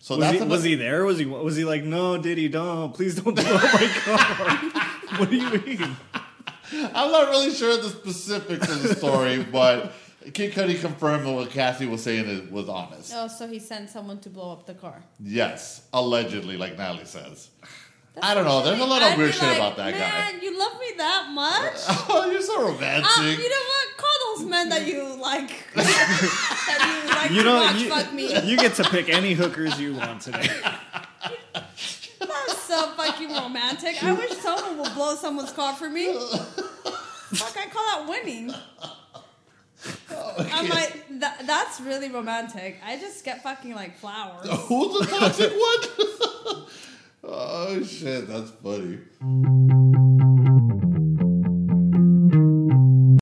[SPEAKER 3] So
[SPEAKER 1] Was
[SPEAKER 3] that's
[SPEAKER 1] he,
[SPEAKER 3] another-
[SPEAKER 1] was he there? Was he was he like, no, Diddy, don't, please don't blow up my car. what do you mean?
[SPEAKER 3] I'm not really sure the specifics of the story, but Kid Cudi confirmed that what Cassie was saying is, was honest.
[SPEAKER 2] Oh, so he sent someone to blow up the car.
[SPEAKER 3] Yes, allegedly, like Natalie says. I don't know. There's a lot of
[SPEAKER 2] I'd be
[SPEAKER 3] weird shit
[SPEAKER 2] like,
[SPEAKER 3] about that guy.
[SPEAKER 2] Man, you love me that much?
[SPEAKER 3] Oh, you're so
[SPEAKER 2] Ah,
[SPEAKER 3] romantic.
[SPEAKER 2] you know what? Call those men that you like. that you like
[SPEAKER 1] You
[SPEAKER 2] to
[SPEAKER 1] know,
[SPEAKER 2] watch
[SPEAKER 1] you,
[SPEAKER 2] fuck me.
[SPEAKER 1] you get to pick any hookers you want today.
[SPEAKER 2] That's so fucking romantic. I wish someone would blow someone's car for me. Fuck, I call that winning. I'm like, that, that's really romantic. I just get fucking like flowers.
[SPEAKER 3] Who's the toxic one? oh shit, that's funny.